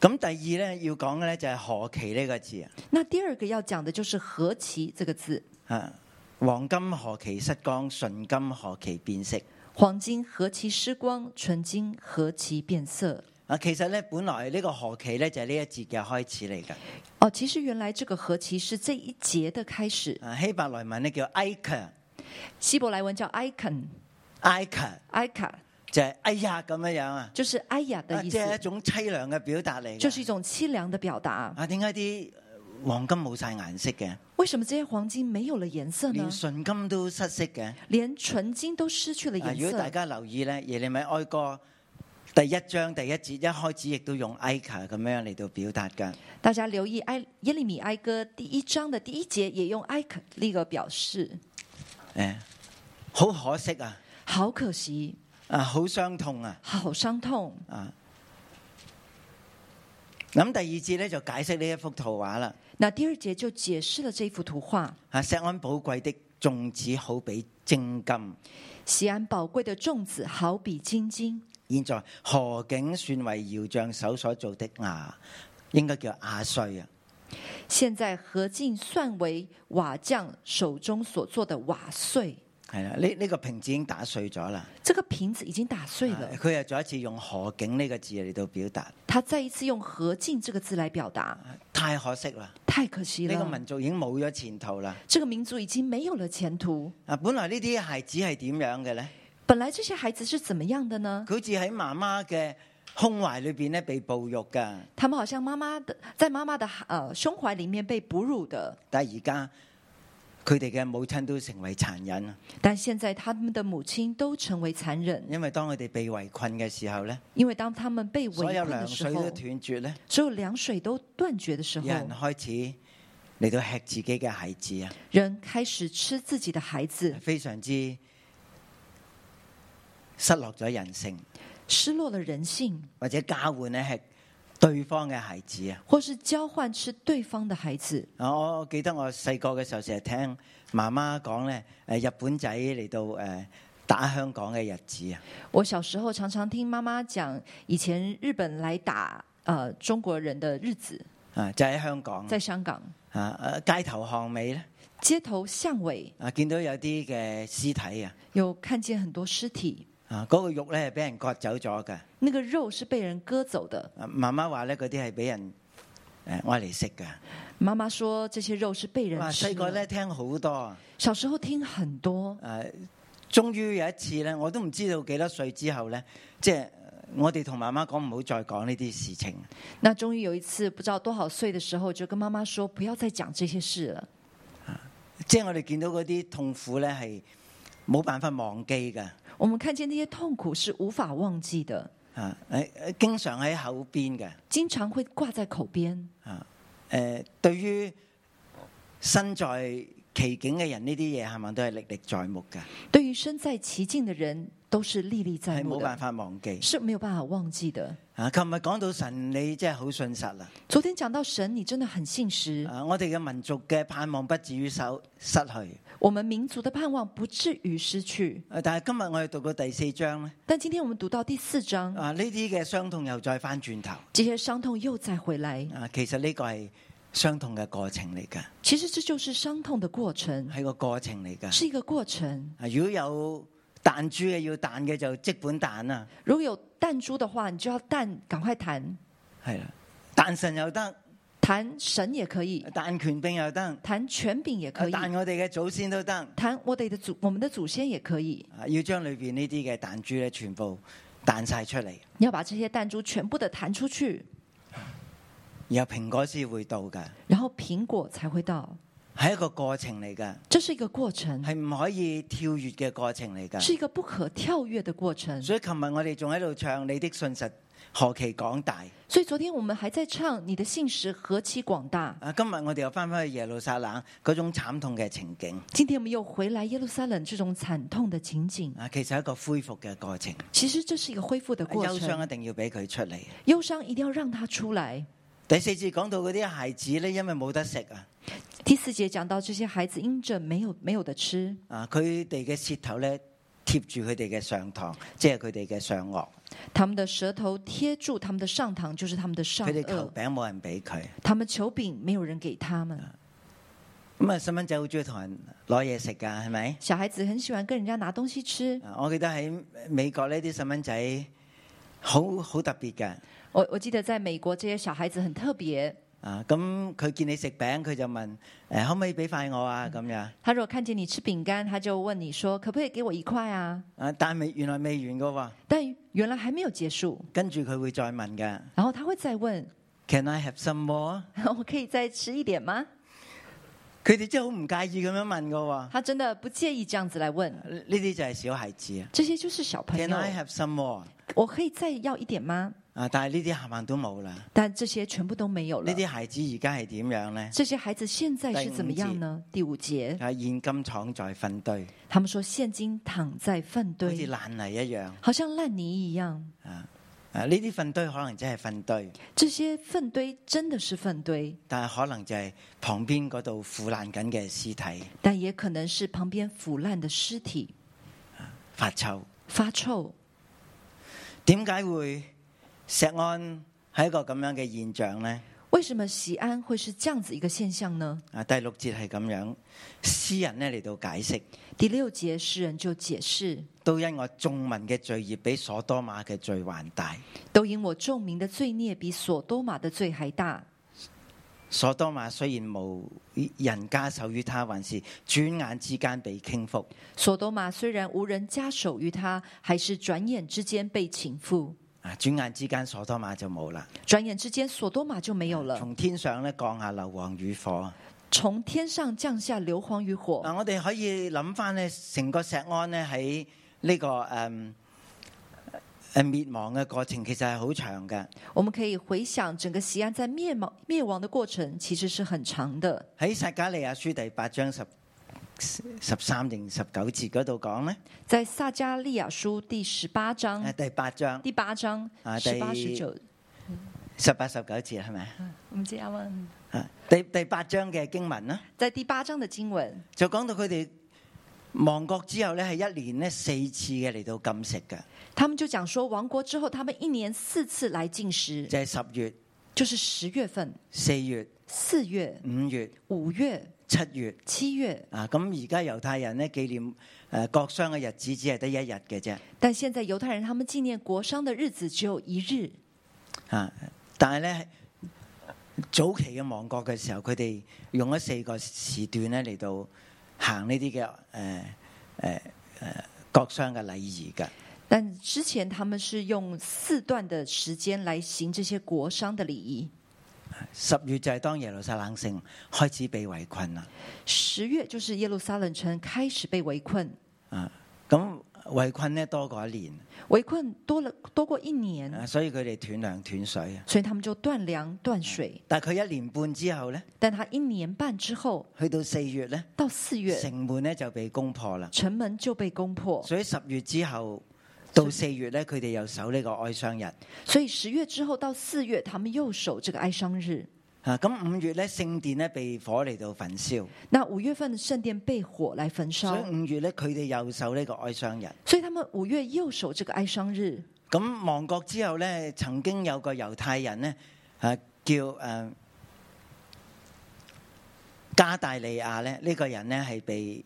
[SPEAKER 2] 咁第二咧要講嘅咧就係何其呢個字啊，
[SPEAKER 3] 那第二個要講的就是“何其”這個字，
[SPEAKER 2] 啊黃金何其失光，純金何其變色。
[SPEAKER 3] 黃金何其失光，純金何其變色。
[SPEAKER 2] 啊，其實咧，本來呢個何期咧就係呢一節嘅開始嚟㗎。
[SPEAKER 3] 哦，其实原来这个和棋是这一节的开始，
[SPEAKER 2] 啊，希伯來文咧叫 icon，icon
[SPEAKER 3] 希伯来文叫 icon，i c a
[SPEAKER 2] 就係哎呀咁樣樣啊，
[SPEAKER 3] 就是哎呀
[SPEAKER 2] 啊
[SPEAKER 3] 的意
[SPEAKER 2] 即係一
[SPEAKER 3] 思，
[SPEAKER 2] 種凄涼嘅表達嚟㗎。
[SPEAKER 3] 就是一种凄凉的表达。
[SPEAKER 2] 啊，點解啲黃金冇晒顏色嘅，
[SPEAKER 3] 为什么这些黄金没有了颜色呢
[SPEAKER 2] 連？純金都失色嘅？
[SPEAKER 3] 连纯金都失去了
[SPEAKER 2] 啊
[SPEAKER 3] 颜
[SPEAKER 2] 如果大
[SPEAKER 3] 色。
[SPEAKER 2] 家留意咧，耶利米哀歌第一章第一節一開始亦都用 icon 咁樣嚟到表達㗎。
[SPEAKER 3] 大家留意埃耶利米哀歌第一章的第一节也用 icon 那个表示，
[SPEAKER 2] 诶，好可惜啊，
[SPEAKER 3] 好可惜，
[SPEAKER 2] 啊，好傷痛啊。
[SPEAKER 3] 好伤痛。
[SPEAKER 2] 啊。咁第二節咧就解釋呢一幅圖畫啦。
[SPEAKER 3] 那第二节就解释了这幅图画：
[SPEAKER 2] 啊，石安寶貴的種子好比精金，
[SPEAKER 3] 西安宝贵的种子好比金晶，
[SPEAKER 2] 現在何竟算為窑匠手所做的牙，應該叫瓦碎啊。
[SPEAKER 3] 现在何竟算为瓦匠手中所做的瓦碎？
[SPEAKER 2] 係啦，呢呢個瓶子已經打碎咗啦。
[SPEAKER 3] 这个瓶子已经打碎
[SPEAKER 2] 啊
[SPEAKER 3] 了。
[SPEAKER 2] 佢又再一次用何竟呢個字嚟到表達，
[SPEAKER 3] 他再一次用“何竟”这个字来表達，
[SPEAKER 2] 太可惜啦！
[SPEAKER 3] 太可惜
[SPEAKER 2] 呢個
[SPEAKER 3] 了。
[SPEAKER 2] 民族已經冇咗前途啦。
[SPEAKER 3] 这个民族已經没有了前途。
[SPEAKER 2] 啊，本來呢啲孩子係點樣嘅咧？
[SPEAKER 3] 本來这些孩子是怎麼樣的呢？
[SPEAKER 2] 佢好似喺媽媽嘅胸懷裏邊咧被哺育㗎。
[SPEAKER 3] 他們好像媽媽的，在媽媽的呃胸懷裡面被哺乳的，
[SPEAKER 2] 但係而家佢哋嘅母親都成為殘忍啊！
[SPEAKER 3] 但現在他們的母親都成為殘忍，
[SPEAKER 2] 因為當佢哋被圍困嘅時候咧，
[SPEAKER 3] 因為當他們被
[SPEAKER 2] 所
[SPEAKER 3] 圍
[SPEAKER 2] 有
[SPEAKER 3] 困的
[SPEAKER 2] 糧
[SPEAKER 3] 時
[SPEAKER 2] 水都
[SPEAKER 3] 候，
[SPEAKER 2] 斷絕咧，
[SPEAKER 3] 所有糧水都斷絕的時
[SPEAKER 2] 有
[SPEAKER 3] 候，
[SPEAKER 2] 人開始嚟到吃自己嘅孩子啊，
[SPEAKER 3] 人開始吃自己的孩子，
[SPEAKER 2] 非常之失落咗人性，
[SPEAKER 3] 失落了人性，
[SPEAKER 2] 或者交換咧吃對方嘅孩子啊！
[SPEAKER 3] 或是交換吃對方的孩子。
[SPEAKER 2] 啊我我記得我細個嘅時候成日聽媽媽講咧，誒日本仔嚟到誒打香港嘅日子啊！
[SPEAKER 3] 我小時候常常聽媽媽講，以前日本來打呃中國人的日子，
[SPEAKER 2] 啊，就喺香港
[SPEAKER 3] 在香港
[SPEAKER 2] 啊啊，街頭巷尾咧。
[SPEAKER 3] 街頭巷尾
[SPEAKER 2] 啊，見到有啲嘅屍體啊，
[SPEAKER 3] 有看見很多屍體，
[SPEAKER 2] 啊，嗰、個肉咧係俾人割走咗嘅。
[SPEAKER 3] 那個肉是被人割走的。
[SPEAKER 2] 啊媽媽話咧，嗰啲係俾人誒愛嚟食嘅。
[SPEAKER 3] 媽媽說這些肉是被人
[SPEAKER 2] 哇，
[SPEAKER 3] 吃
[SPEAKER 2] 細個
[SPEAKER 3] 的。
[SPEAKER 2] 咧聽好多啊，
[SPEAKER 3] 小時候聽很多，
[SPEAKER 2] 誒，終於有一次咧，我都唔知道幾多歲之後咧，即係我哋同媽媽講唔好再講呢啲事情。
[SPEAKER 3] 那終於有一次不知道多少歲的時候，就跟媽媽說不要再講這些事了。
[SPEAKER 2] 即係我哋見到嗰啲痛苦咧係冇辦法忘記嘅。
[SPEAKER 3] 我們看見那些痛苦是無法忘記的，
[SPEAKER 2] 啊，誒誒，經常喺口邊嘅。
[SPEAKER 3] 經常會掛在口邊。
[SPEAKER 2] 啊，誒、對於身在其境嘅人呢啲嘢，係咪都係歷歷在目嘅？
[SPEAKER 3] 對於身在其境的人，都是歷歷在
[SPEAKER 2] 係
[SPEAKER 3] 目
[SPEAKER 2] 冇辦
[SPEAKER 3] 的，
[SPEAKER 2] 哎法忘記。
[SPEAKER 3] 是沒有辦法忘記的。
[SPEAKER 2] 啊，琴日講到神，你真係好信實啦！
[SPEAKER 3] 昨天講到神，你真的很信實。
[SPEAKER 2] 啊，我哋嘅民族嘅盼望不至於受失去。
[SPEAKER 3] 我們民族的盼望不至於失去。
[SPEAKER 2] 啊但係今日我哋讀到第四章咧，
[SPEAKER 3] 但今天我們讀到第四章，
[SPEAKER 2] 啊，呢啲嘅傷痛又再翻轉頭。
[SPEAKER 3] 這些傷痛又再回來。
[SPEAKER 2] 啊，其實呢個係傷痛嘅過程嚟㗎，
[SPEAKER 3] 其實這就是傷痛的過程，
[SPEAKER 2] 係個過程嚟㗎。
[SPEAKER 3] 是一個過程。
[SPEAKER 2] 啊，如果有彈珠嘅要彈嘅就即本彈啦，
[SPEAKER 3] 如果有彈珠的話，你就要彈，趕快彈，
[SPEAKER 2] 係啦，彈神又得，
[SPEAKER 3] 彈神也可以，
[SPEAKER 2] 彈權柄又得。
[SPEAKER 3] 彈權柄也可以，
[SPEAKER 2] 但我哋嘅祖先都得，啊
[SPEAKER 3] 彈我哋的祖我們的祖先也可以。
[SPEAKER 2] 要將裏边呢啲嘅彈珠咧，全部彈晒出嚟，
[SPEAKER 3] 你要把這些彈珠全部的彈出去，
[SPEAKER 2] 然後蘋果先會到噶，
[SPEAKER 3] 然後蘋果才會到。
[SPEAKER 2] 係一個過程嚟噶，
[SPEAKER 3] 這是一個過程，
[SPEAKER 2] 係唔可以跳躍嘅過程嚟噶。
[SPEAKER 3] 是一個不可跳躍的過程。
[SPEAKER 2] 所以琴日我哋仲喺度唱你的信實何其廣大
[SPEAKER 3] 所以昨天我們還在唱《你的信實何其廣大》，
[SPEAKER 2] 啊！今日我哋又翻返去耶路撒冷嗰種慘痛嘅情景
[SPEAKER 3] 今天我們又回來耶路撒冷這種慘痛的情景。
[SPEAKER 2] 啊，其實係一個恢復嘅過程，
[SPEAKER 3] 其實這是一個恢復的過
[SPEAKER 2] 憂傷
[SPEAKER 3] 程，
[SPEAKER 2] 一定要俾佢出嚟。
[SPEAKER 3] 憂傷一定要讓它出來。
[SPEAKER 2] 第四節講到嗰啲孩子咧，因為冇得食啊，
[SPEAKER 3] 第四節講到這些孩子因着沒有沒有的吃，
[SPEAKER 2] 啊，佢哋嘅舌頭咧貼住佢哋嘅上膛，即係佢哋嘅上颚。
[SPEAKER 3] 他們的舌頭貼住他們的上膛，就是他們的上
[SPEAKER 2] 佢哋求
[SPEAKER 3] 顎。
[SPEAKER 2] 餅冇人俾佢，
[SPEAKER 3] 他們求餅，沒有人給他們。
[SPEAKER 2] 咁啊細蚊仔好中意同人攞嘢食㗎，係咪？
[SPEAKER 3] 小孩子很喜歡跟人家拿東西吃。
[SPEAKER 2] 啊我記得喺美國呢啲細蚊仔好好特別嘅。
[SPEAKER 3] 我我记得在美国这些小孩子很特别，
[SPEAKER 2] 啊，咁佢見你食餅，佢就問：誒、可唔可以俾塊我啊？咁樣
[SPEAKER 3] 他如果看见你吃饼干，他就问你说可不可以给我一块啊？
[SPEAKER 2] 啊，但未原來未完嘅喎，
[SPEAKER 3] 但原来还没有结束，
[SPEAKER 2] 跟住佢會再問嘅。
[SPEAKER 3] 然后他会再问
[SPEAKER 2] Can I have some more？
[SPEAKER 3] 我可以再吃一点吗？
[SPEAKER 2] 佢哋真係好唔介意咁樣問嘅喎。
[SPEAKER 3] 他真的不介意这样子来问，
[SPEAKER 2] 呢啲就係小孩子啊。
[SPEAKER 3] 这些就是小朋
[SPEAKER 2] Can
[SPEAKER 3] 友，
[SPEAKER 2] I have some more？
[SPEAKER 3] 我可以再要一点吗？
[SPEAKER 2] 啊，但係呢啲冚唪唥都冇啦。呢
[SPEAKER 3] 但这些全部都没有了。
[SPEAKER 2] 啲孩子而家係點樣呢？
[SPEAKER 3] 这些孩子现在是怎么样呢？第五节，
[SPEAKER 2] 啊，現金廠在糞堆，
[SPEAKER 3] 他们说现今躺在粪
[SPEAKER 2] 好似
[SPEAKER 3] 堆，
[SPEAKER 2] 爛泥一樣。
[SPEAKER 3] 好像烂泥一样。
[SPEAKER 2] 啊，啊呢啲糞堆可能真係糞堆，
[SPEAKER 3] 这些粪堆真的是粪堆，
[SPEAKER 2] 但係可能就係旁邊嗰度腐爛緊嘅屍體
[SPEAKER 3] 但也可能是旁边腐烂的尸体
[SPEAKER 2] 發臭。
[SPEAKER 3] 发臭。
[SPEAKER 2] 點解會石安係一個咁樣嘅現象呢？
[SPEAKER 3] 为什么西安会是这样子一个现象呢？
[SPEAKER 2] 啊，第六節係咁樣，詩人呢嚟到解釋，
[SPEAKER 3] 第六节，诗人就解释：
[SPEAKER 2] 都因我眾民嘅罪孽比所多瑪嘅罪還大。
[SPEAKER 3] 都因我众民的罪孽比索多玛的罪还大。
[SPEAKER 2] 所多瑪雖然無人加手於他，還是轉眼之間被傾覆。
[SPEAKER 3] 索多玛虽然无人加手于他，还是转眼之间被倾覆。
[SPEAKER 2] 啊，轉眼之間所多瑪就冇啦。
[SPEAKER 3] 转眼之间，索多玛就没有了。
[SPEAKER 2] 從天上咧降下硫磺與火。
[SPEAKER 3] 从天上降下硫磺与火。
[SPEAKER 2] 嗱，我哋可以諗翻咧，成個石安咧喺呢個诶诶灭亡嘅過程，其實係好長嘅。
[SPEAKER 3] 我们可以回想整个西安在灭亡灭亡的过程，其实是很长的。
[SPEAKER 2] 喺撒加利亞書第八章十十三定十九節嗰度講咧，
[SPEAKER 3] 在撒加利亚书第十八
[SPEAKER 2] 啊
[SPEAKER 3] 章、
[SPEAKER 2] 第八章
[SPEAKER 3] 第八章
[SPEAKER 2] 啊
[SPEAKER 3] 十
[SPEAKER 2] 第
[SPEAKER 3] 八十九，
[SPEAKER 2] 十八十九節係咪？
[SPEAKER 3] 我们这样问，
[SPEAKER 2] 啊，第第八章嘅經文啦。
[SPEAKER 3] 在第八章的经文
[SPEAKER 2] 就講到佢哋亡國之後咧，係一年咧四次嘅嚟到禁食嘅，
[SPEAKER 3] 他们就讲说，亡国之后，他们一年四次来进食，
[SPEAKER 2] 就係十月、
[SPEAKER 3] 就是十月份、
[SPEAKER 2] 四月、
[SPEAKER 3] 四月、
[SPEAKER 2] 五月、
[SPEAKER 3] 五月、
[SPEAKER 2] 七月
[SPEAKER 3] 七月。
[SPEAKER 2] 啊。咁而家猶太人咧紀念诶國殤嘅日子，只係得一日嘅啫
[SPEAKER 3] 但现在犹太人他们纪念国殇的日子只有一日，
[SPEAKER 2] 啊。但係咧早期嘅亡國嘅時候，佢哋用咗四個時段咧嚟到行呢啲嘅呃诶诶诶國殤嘅禮儀嘅。
[SPEAKER 3] 但之前他们是用四段的时间来行这些国殇的礼仪。
[SPEAKER 2] 十月就係當耶路撒冷城開始被圍困啦。
[SPEAKER 3] 十月就是耶路撒冷城开始被围困，
[SPEAKER 2] 啊，咁圍困咧多過一年，
[SPEAKER 3] 围困多了多过一年，
[SPEAKER 2] 啊所以佢哋斷糧斷水啊。
[SPEAKER 3] 所以他们就断粮断水。
[SPEAKER 2] 但係佢一年半之後咧，
[SPEAKER 3] 但他一年半之后，
[SPEAKER 2] 去到四月咧，
[SPEAKER 3] 到四月，
[SPEAKER 2] 城門咧就被攻破啦。
[SPEAKER 3] 城门就被攻破。
[SPEAKER 2] 所以十月之後到四月咧，佢哋又守呢個哀傷日。
[SPEAKER 3] 所以十月之后到四月，他们又守这个哀伤日。
[SPEAKER 2] 啊，咁五月咧聖殿咧被火嚟到焚燒，
[SPEAKER 3] 那五月份的圣殿被火来焚
[SPEAKER 2] 所
[SPEAKER 3] 烧
[SPEAKER 2] 以，五月咧佢哋又守呢個哀傷日。
[SPEAKER 3] 所以他们五月又守这个哀伤日。
[SPEAKER 2] 咁亡國之後咧，曾經有個猶太人咧，啊叫诶、啊加大利亞咧，呢、個人咧係被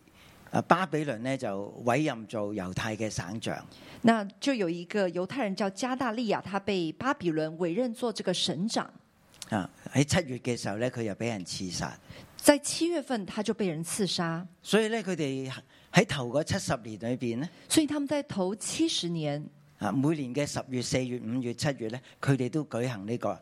[SPEAKER 2] 啊巴比倫咧就委任做猶太嘅省長。
[SPEAKER 3] 那就有一个犹太人叫加大利亚，他被巴比伦委任做这个省长。
[SPEAKER 2] 啊！喺七月嘅時候咧，佢又俾人刺殺，
[SPEAKER 3] 在七月份，他就被人刺杀。
[SPEAKER 2] 所以咧佢哋喺頭嗰七十年裏邊咧，
[SPEAKER 3] 所以他们在头七十年，
[SPEAKER 2] 啊每年嘅十月、四月、五月、七月咧，佢哋都舉行呢、個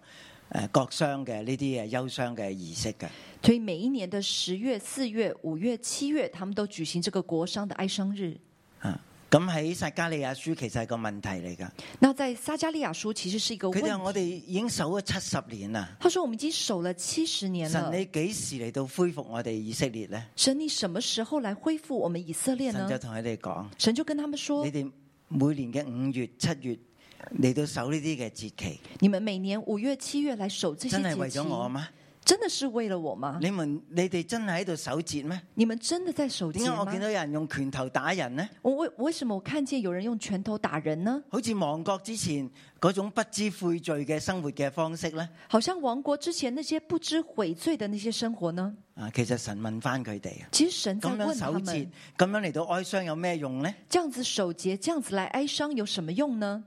[SPEAKER 2] 誒國殤嘅呢啲誒憂傷嘅儀式嘅。
[SPEAKER 3] 所以每一年的十月、四月、五月、七月，他们都举行这个国殇的哀伤日。
[SPEAKER 2] 啊，咁喺撒加利亞書其實係個問題嚟㗎。
[SPEAKER 3] 那在撒加利亞書其实是一个
[SPEAKER 2] 佢哋話
[SPEAKER 3] 问
[SPEAKER 2] 我
[SPEAKER 3] 题。
[SPEAKER 2] 哋已經守咗七十年啦，
[SPEAKER 3] 他说：“我们已经守了七十年
[SPEAKER 2] 神
[SPEAKER 3] 了，
[SPEAKER 2] 你幾時嚟到恢復我哋以色列咧？
[SPEAKER 3] 神你什么时候来恢复我们以色列
[SPEAKER 2] 神
[SPEAKER 3] 呢
[SPEAKER 2] 就同佢哋講：？”
[SPEAKER 3] 神就跟他们说
[SPEAKER 2] 你哋每年嘅五月、七月嚟到守呢啲嘅節期，：“
[SPEAKER 3] 你们每年五月、七月来守这些
[SPEAKER 2] 真
[SPEAKER 3] 节
[SPEAKER 2] 係為
[SPEAKER 3] 期
[SPEAKER 2] 咗，我嗎？
[SPEAKER 3] 真的是为了我吗？
[SPEAKER 2] 你們你哋真係喺度守節咩？
[SPEAKER 3] 你们真的在守
[SPEAKER 2] 點
[SPEAKER 3] 节
[SPEAKER 2] 解我
[SPEAKER 3] 吗
[SPEAKER 2] 見到有人用拳頭打人呢？？”
[SPEAKER 3] 我为为什么我看见有人用拳头打人呢？
[SPEAKER 2] 好似亡國之前嗰種不知悔罪嘅生活嘅方式呢？
[SPEAKER 3] 好像亡国之前那些不知悔罪的那些生活呢？
[SPEAKER 2] 啊，其實神問翻佢哋啊，
[SPEAKER 3] 其实神在
[SPEAKER 2] 咁樣
[SPEAKER 3] 问他
[SPEAKER 2] 守節
[SPEAKER 3] 们，，
[SPEAKER 2] 咁樣嚟到哀傷有咩用呢？
[SPEAKER 3] 这样子守节，这样子来哀伤有什么用呢？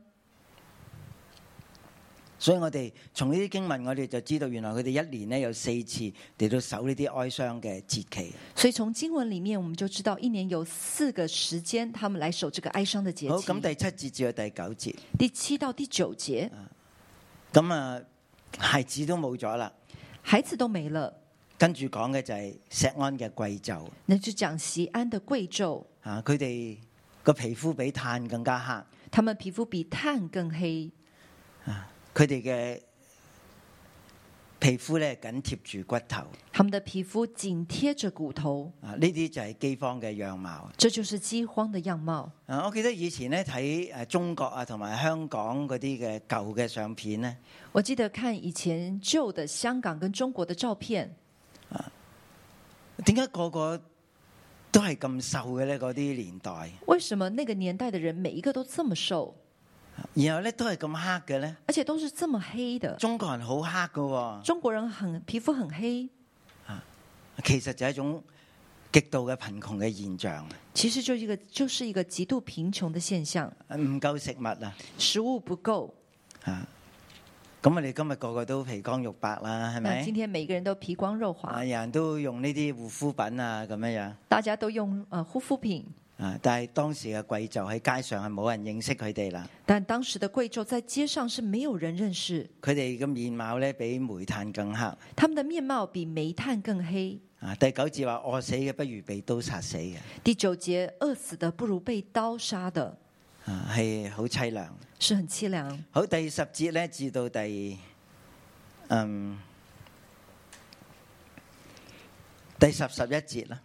[SPEAKER 2] 所以我哋從呢啲經文，我哋就知道原來佢哋一年呢有四次嚟到守呢啲哀傷嘅節期。
[SPEAKER 3] 所以从经文里面我们就知道，一年有四个时间，他们来守这个哀伤的节
[SPEAKER 2] 好，
[SPEAKER 3] 期。
[SPEAKER 2] 咁第啊七節至到第九節，
[SPEAKER 3] 第七到第九节，
[SPEAKER 2] 咁啊孩子都冇咗啦，
[SPEAKER 3] 孩子都没了，
[SPEAKER 2] 跟住講嘅就係錫安嘅貴胄
[SPEAKER 3] 那就讲席安的贵胄，
[SPEAKER 2] 啊，佢哋個皮膚比炭更加黑。
[SPEAKER 3] 他们皮肤比炭更黑，
[SPEAKER 2] 佢哋嘅皮膚咧緊貼住骨頭，
[SPEAKER 3] 他们的皮肤紧贴着骨头，
[SPEAKER 2] 啊呢啲就係饑荒嘅樣貌。
[SPEAKER 3] 这就是饥荒的样貌。
[SPEAKER 2] 啊，我記得以前咧睇誒中國啊同埋香港嗰啲嘅舊嘅相片咧，
[SPEAKER 3] 我記得看以前旧的香港跟中国的照片，
[SPEAKER 2] 點解個個都係咁瘦嘅咧？嗰啲年代，
[SPEAKER 3] 为什么那个年代的人每一个都这么瘦，
[SPEAKER 2] 然後咧都係咁黑嘅咧？
[SPEAKER 3] 而且都是这么黑的？
[SPEAKER 2] 中國人好黑嘅喎、
[SPEAKER 3] 中国人很皮肤很黑，
[SPEAKER 2] 其實就係一種極度嘅貧窮嘅現象，
[SPEAKER 3] 其实就一个就是一个极度贫穷的现象，
[SPEAKER 2] 唔夠食物啊！
[SPEAKER 3] 食物不夠。
[SPEAKER 2] 啊，咁我哋今日個個都皮光肉白啦，係
[SPEAKER 3] 那
[SPEAKER 2] 咪
[SPEAKER 3] 今？天每个人都皮光肉
[SPEAKER 2] 啊！
[SPEAKER 3] 滑，
[SPEAKER 2] 人都用呢啲護膚品啊，咁樣樣
[SPEAKER 3] 大家都用呃护肤品，
[SPEAKER 2] 啊，但係當時嘅貴就喺街上係冇人認識佢哋啦。
[SPEAKER 3] 但当时的贵胄在街上是没有人认识，
[SPEAKER 2] 佢哋嘅面貌咧比煤炭更黑
[SPEAKER 3] 他们的面貌比煤炭更黑。
[SPEAKER 2] 啊！第九節話餓死嘅不如被刀殺死嘅
[SPEAKER 3] 第九节，饿死的不如被刀杀的，
[SPEAKER 2] 啊，係好凄涼。
[SPEAKER 3] 是很凄凉。
[SPEAKER 2] 好，第十節咧至到第嗯第十十一節啦，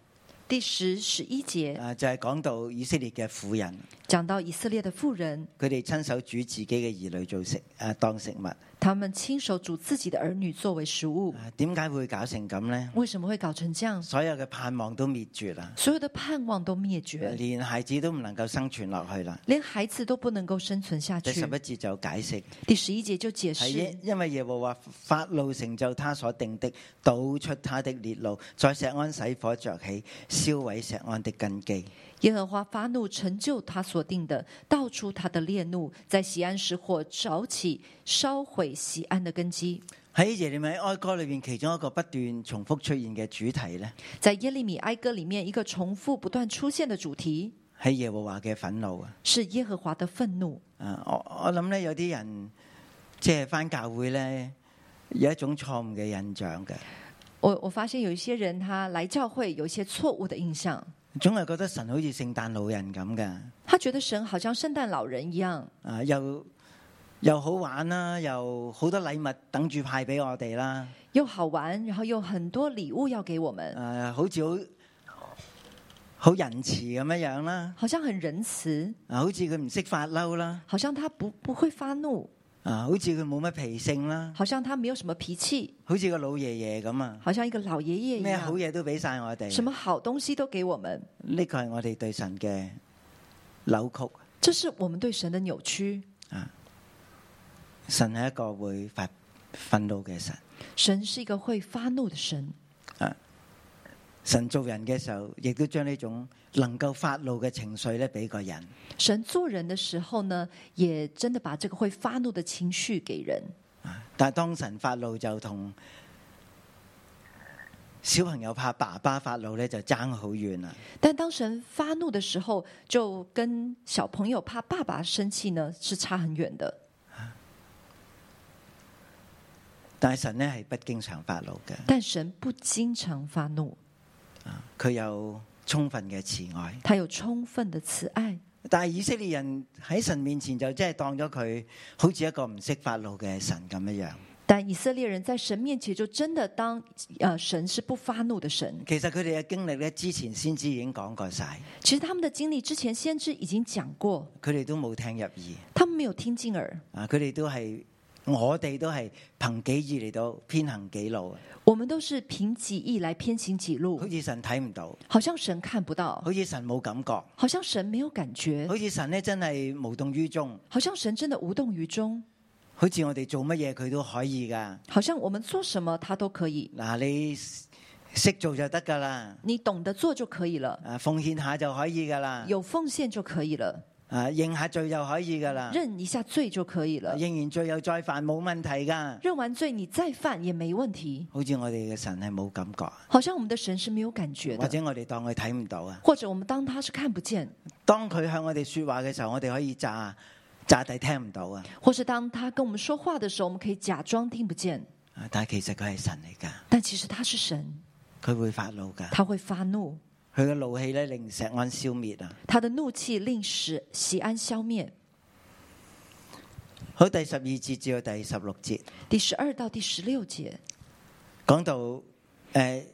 [SPEAKER 3] 第十十一节
[SPEAKER 2] 啊就係、講到以色列嘅婦人，
[SPEAKER 3] 讲到以色列的妇人，
[SPEAKER 2] 佢哋親手煮自己嘅兒女做食啊當食物啊，
[SPEAKER 3] 他们亲手煮自己的儿女作为食物，
[SPEAKER 2] 點啊解會搞成咁呢？
[SPEAKER 3] 为什么会搞成这样？
[SPEAKER 2] 所有嘅盼望都滅絕啦，
[SPEAKER 3] 所有的盼望都灭绝，
[SPEAKER 2] 連孩子都唔能夠生存落去啦。
[SPEAKER 3] 连孩子都不能够生存下
[SPEAKER 2] 第十一
[SPEAKER 3] 去。
[SPEAKER 2] 節就解釋，
[SPEAKER 3] 第十一节就解
[SPEAKER 2] 係
[SPEAKER 3] 释，
[SPEAKER 2] 因因為耶和華發怒成就他所定的，倒出他的烈怒，在錫安使火着起，燒毀錫安的根基。
[SPEAKER 3] 耶和华发怒，成就他所定的，道出他的烈怒，在西安时火着起，烧毁西安的根基。
[SPEAKER 2] 喺耶利米哀歌裏面，其中一個不斷重複出現嘅主題呢，
[SPEAKER 3] 在耶利米哀歌里面，一个重复不断出现的主题
[SPEAKER 2] 係耶和華嘅憤怒啊！
[SPEAKER 3] 是耶和华的愤怒。
[SPEAKER 2] 啊，我我諗咧，有啲人即係翻教會呢，有一種錯誤嘅印象嘅，
[SPEAKER 3] 我我发现有一些人他来教会有一些错误的印象，
[SPEAKER 2] 總係覺得神好似聖誕老人咁嘅。
[SPEAKER 3] 他觉得神好像圣诞老人一样，
[SPEAKER 2] 啊，又又好玩啦，又好多禮物等住派俾我哋啦，
[SPEAKER 3] 又好玩，然后又很多礼物要给我们，
[SPEAKER 2] 啊，好似好好仁慈咁樣樣啦，
[SPEAKER 3] 好像很仁慈，
[SPEAKER 2] 啊，好似佢唔識發嬲啦，
[SPEAKER 3] 好像他不不会发怒，
[SPEAKER 2] 啊，好似佢冇乜脾性啦，
[SPEAKER 3] 好像他没有什么脾气，
[SPEAKER 2] 好似個老爺爺咁啊，
[SPEAKER 3] 好像一个老爷爷一
[SPEAKER 2] 咩好
[SPEAKER 3] 样，
[SPEAKER 2] 嘢都俾晒我哋，
[SPEAKER 3] 什么好东西都给我们。
[SPEAKER 2] 呢個係我哋對神嘅扭曲。
[SPEAKER 3] 这是我们对神的扭曲。
[SPEAKER 2] 神係一個會發憤怒嘅神，
[SPEAKER 3] 神是一个会发怒的神，
[SPEAKER 2] 神做人嘅時候，亦都將呢種能夠發怒嘅情緒咧俾個人。
[SPEAKER 3] 神做人的时候呢，也真的把这个会发怒的情绪给人。
[SPEAKER 2] 但系当神發怒就同小朋友怕爸爸發怒咧就爭好遠啦。
[SPEAKER 3] 但当神发怒的时候，就跟小朋友怕爸爸生气呢是差很远的。
[SPEAKER 2] 但系神咧係不經常發怒嘅，
[SPEAKER 3] 但神不经常发怒，
[SPEAKER 2] 佢有充分嘅慈愛。
[SPEAKER 3] 他有充分的慈爱。
[SPEAKER 2] 但系以色列人喺神面前就真係當咗佢好似一個唔識發怒嘅神咁樣樣。
[SPEAKER 3] 但以色列人在神面前就真的当呃神是不发怒的神。
[SPEAKER 2] 其實佢哋嘅經歷咧，之前先知已經講過晒，
[SPEAKER 3] 其实他们的经历之前先知已经讲过，
[SPEAKER 2] 佢哋都冇聽入耳。
[SPEAKER 3] 他们没有听进耳。
[SPEAKER 2] 啊，佢哋都係我哋都係憑己意嚟到偏行己路，
[SPEAKER 3] 我们都是凭己意来偏行己
[SPEAKER 2] 好
[SPEAKER 3] 路，
[SPEAKER 2] 似神睇唔到，
[SPEAKER 3] 好像神看不到，
[SPEAKER 2] 好似神冇感覺。
[SPEAKER 3] 好像神没有感觉，
[SPEAKER 2] 好似神咧真係無動於衷，
[SPEAKER 3] 好像神真的无动于衷，
[SPEAKER 2] 好似我哋做乜嘢佢都可以噶。
[SPEAKER 3] 好像我们做什么他都可以，
[SPEAKER 2] 嗱，你識做就得噶啦，
[SPEAKER 3] 你懂得做就可以了，
[SPEAKER 2] 啊，奉獻下就可以噶啦。
[SPEAKER 3] 有奉献就可以了。
[SPEAKER 2] 啊啊認下罪就可以噶啦，
[SPEAKER 3] 认一下罪就可以了。
[SPEAKER 2] 認完罪又再犯冇問題噶。
[SPEAKER 3] 认完罪，你再犯也没问题。
[SPEAKER 2] 好似我哋嘅神係冇感覺啊，
[SPEAKER 3] 好像我们的神是没有感觉
[SPEAKER 2] 或
[SPEAKER 3] 的，
[SPEAKER 2] 者我哋當佢睇唔到啊。
[SPEAKER 3] 或者我们当他是看不见，
[SPEAKER 2] 當佢向我哋说話嘅時候，我哋可以炸炸底聽唔到啊。
[SPEAKER 3] 或是当他跟我们说话的时候，我们可以假装听不见，
[SPEAKER 2] 啊但係其實佢係神嚟
[SPEAKER 3] 但其实他是神，
[SPEAKER 2] 噶，佢會發怒噶，
[SPEAKER 3] 他会发怒，
[SPEAKER 2] 佢嘅怒氣咧令石安消滅啊。
[SPEAKER 3] 他的怒气令使西安消灭。
[SPEAKER 2] 好，第十二節至到第十六節
[SPEAKER 3] 第十二到第十六节
[SPEAKER 2] 講到诶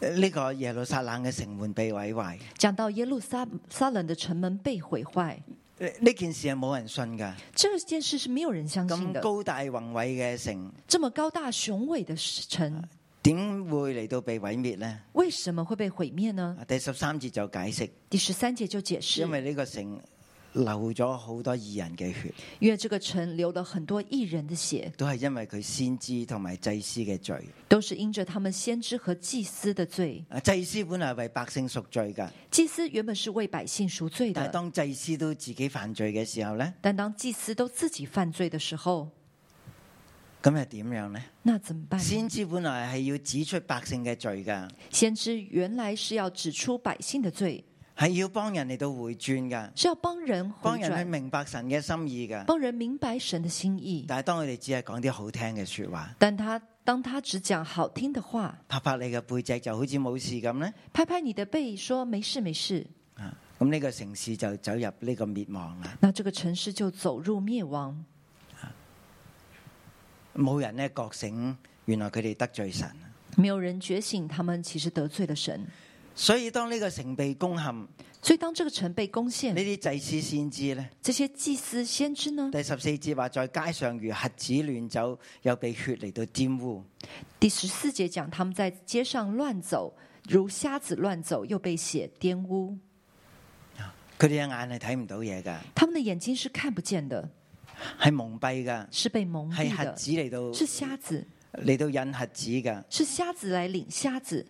[SPEAKER 2] 呢個耶路撒冷嘅城門被毀壞，
[SPEAKER 3] 讲到耶路撒撒冷的城门被毁坏，
[SPEAKER 2] 呢呢件事係冇人信噶。
[SPEAKER 3] 这件事是没有人相信
[SPEAKER 2] 咁
[SPEAKER 3] 的。
[SPEAKER 2] 高大宏偉嘅城，
[SPEAKER 3] 这么高大雄伟的城，
[SPEAKER 2] 點會嚟到被毀滅呢？
[SPEAKER 3] 为什么会被毁灭呢？
[SPEAKER 2] 啊第十三節就解釋，
[SPEAKER 3] 第十三节就解释
[SPEAKER 2] 因，為呢個城流咗好多義人嘅血，
[SPEAKER 3] 因为这个城流了很多异人的血，
[SPEAKER 2] 都係因為佢先知同埋祭司嘅罪。
[SPEAKER 3] 都是因着他们先知和祭司的罪。
[SPEAKER 2] 啊祭司本來係為百姓贖罪噶，
[SPEAKER 3] 祭司原本是为百姓赎罪
[SPEAKER 2] 但係
[SPEAKER 3] 的，
[SPEAKER 2] 當祭司都自己犯罪嘅時候呢，
[SPEAKER 3] 但当祭司都自己犯罪的时候，
[SPEAKER 2] 咁係點樣呢？
[SPEAKER 3] 那怎么办呢？
[SPEAKER 2] 先知本來係要指出百姓嘅罪噶，
[SPEAKER 3] 先知原来是要指出百姓的罪，
[SPEAKER 2] 係要幫人嚟到回轉噶，
[SPEAKER 3] 是要帮人
[SPEAKER 2] 幫
[SPEAKER 3] 回
[SPEAKER 2] 人去
[SPEAKER 3] 转，
[SPEAKER 2] 明白神嘅心意噶。
[SPEAKER 3] 帮人明白神的心意。
[SPEAKER 2] 但係當佢哋只係講啲好聽嘅说話，
[SPEAKER 3] 但他当他只讲好听的话，
[SPEAKER 2] 拍拍你嘅背脊就好似冇事咁呢。
[SPEAKER 3] 拍拍你的背说没事没事，
[SPEAKER 2] 啊，咁呢個城市就走入呢個滅亡啦，
[SPEAKER 3] 那这个城市就走入灭亡，
[SPEAKER 2] 冇人呢覺醒，原來佢哋得罪神。
[SPEAKER 3] 没有人觉醒，他们其实得罪了神。
[SPEAKER 2] 所以當呢個城被攻陷，呢
[SPEAKER 3] 所以当这个城被攻陷，
[SPEAKER 2] 啲祭司先知呢，
[SPEAKER 3] 这些祭司先知呢？
[SPEAKER 2] 第十四節話在街上如瞎子亂走，又被血嚟到玷污。
[SPEAKER 3] 第十四节讲他们在街上乱走，如瞎子乱走，又被血玷污。
[SPEAKER 2] 佢哋嘅眼係睇唔到嘢㗎，
[SPEAKER 3] 他们的眼睛是看不见的，
[SPEAKER 2] 係蒙蔽㗎，
[SPEAKER 3] 是被蒙
[SPEAKER 2] 係
[SPEAKER 3] 蔽
[SPEAKER 2] 瞎
[SPEAKER 3] 的，
[SPEAKER 2] 子嚟到
[SPEAKER 3] 是瞎子，
[SPEAKER 2] 嚟到引瞎子㗎，
[SPEAKER 3] 是瞎子来领瞎子，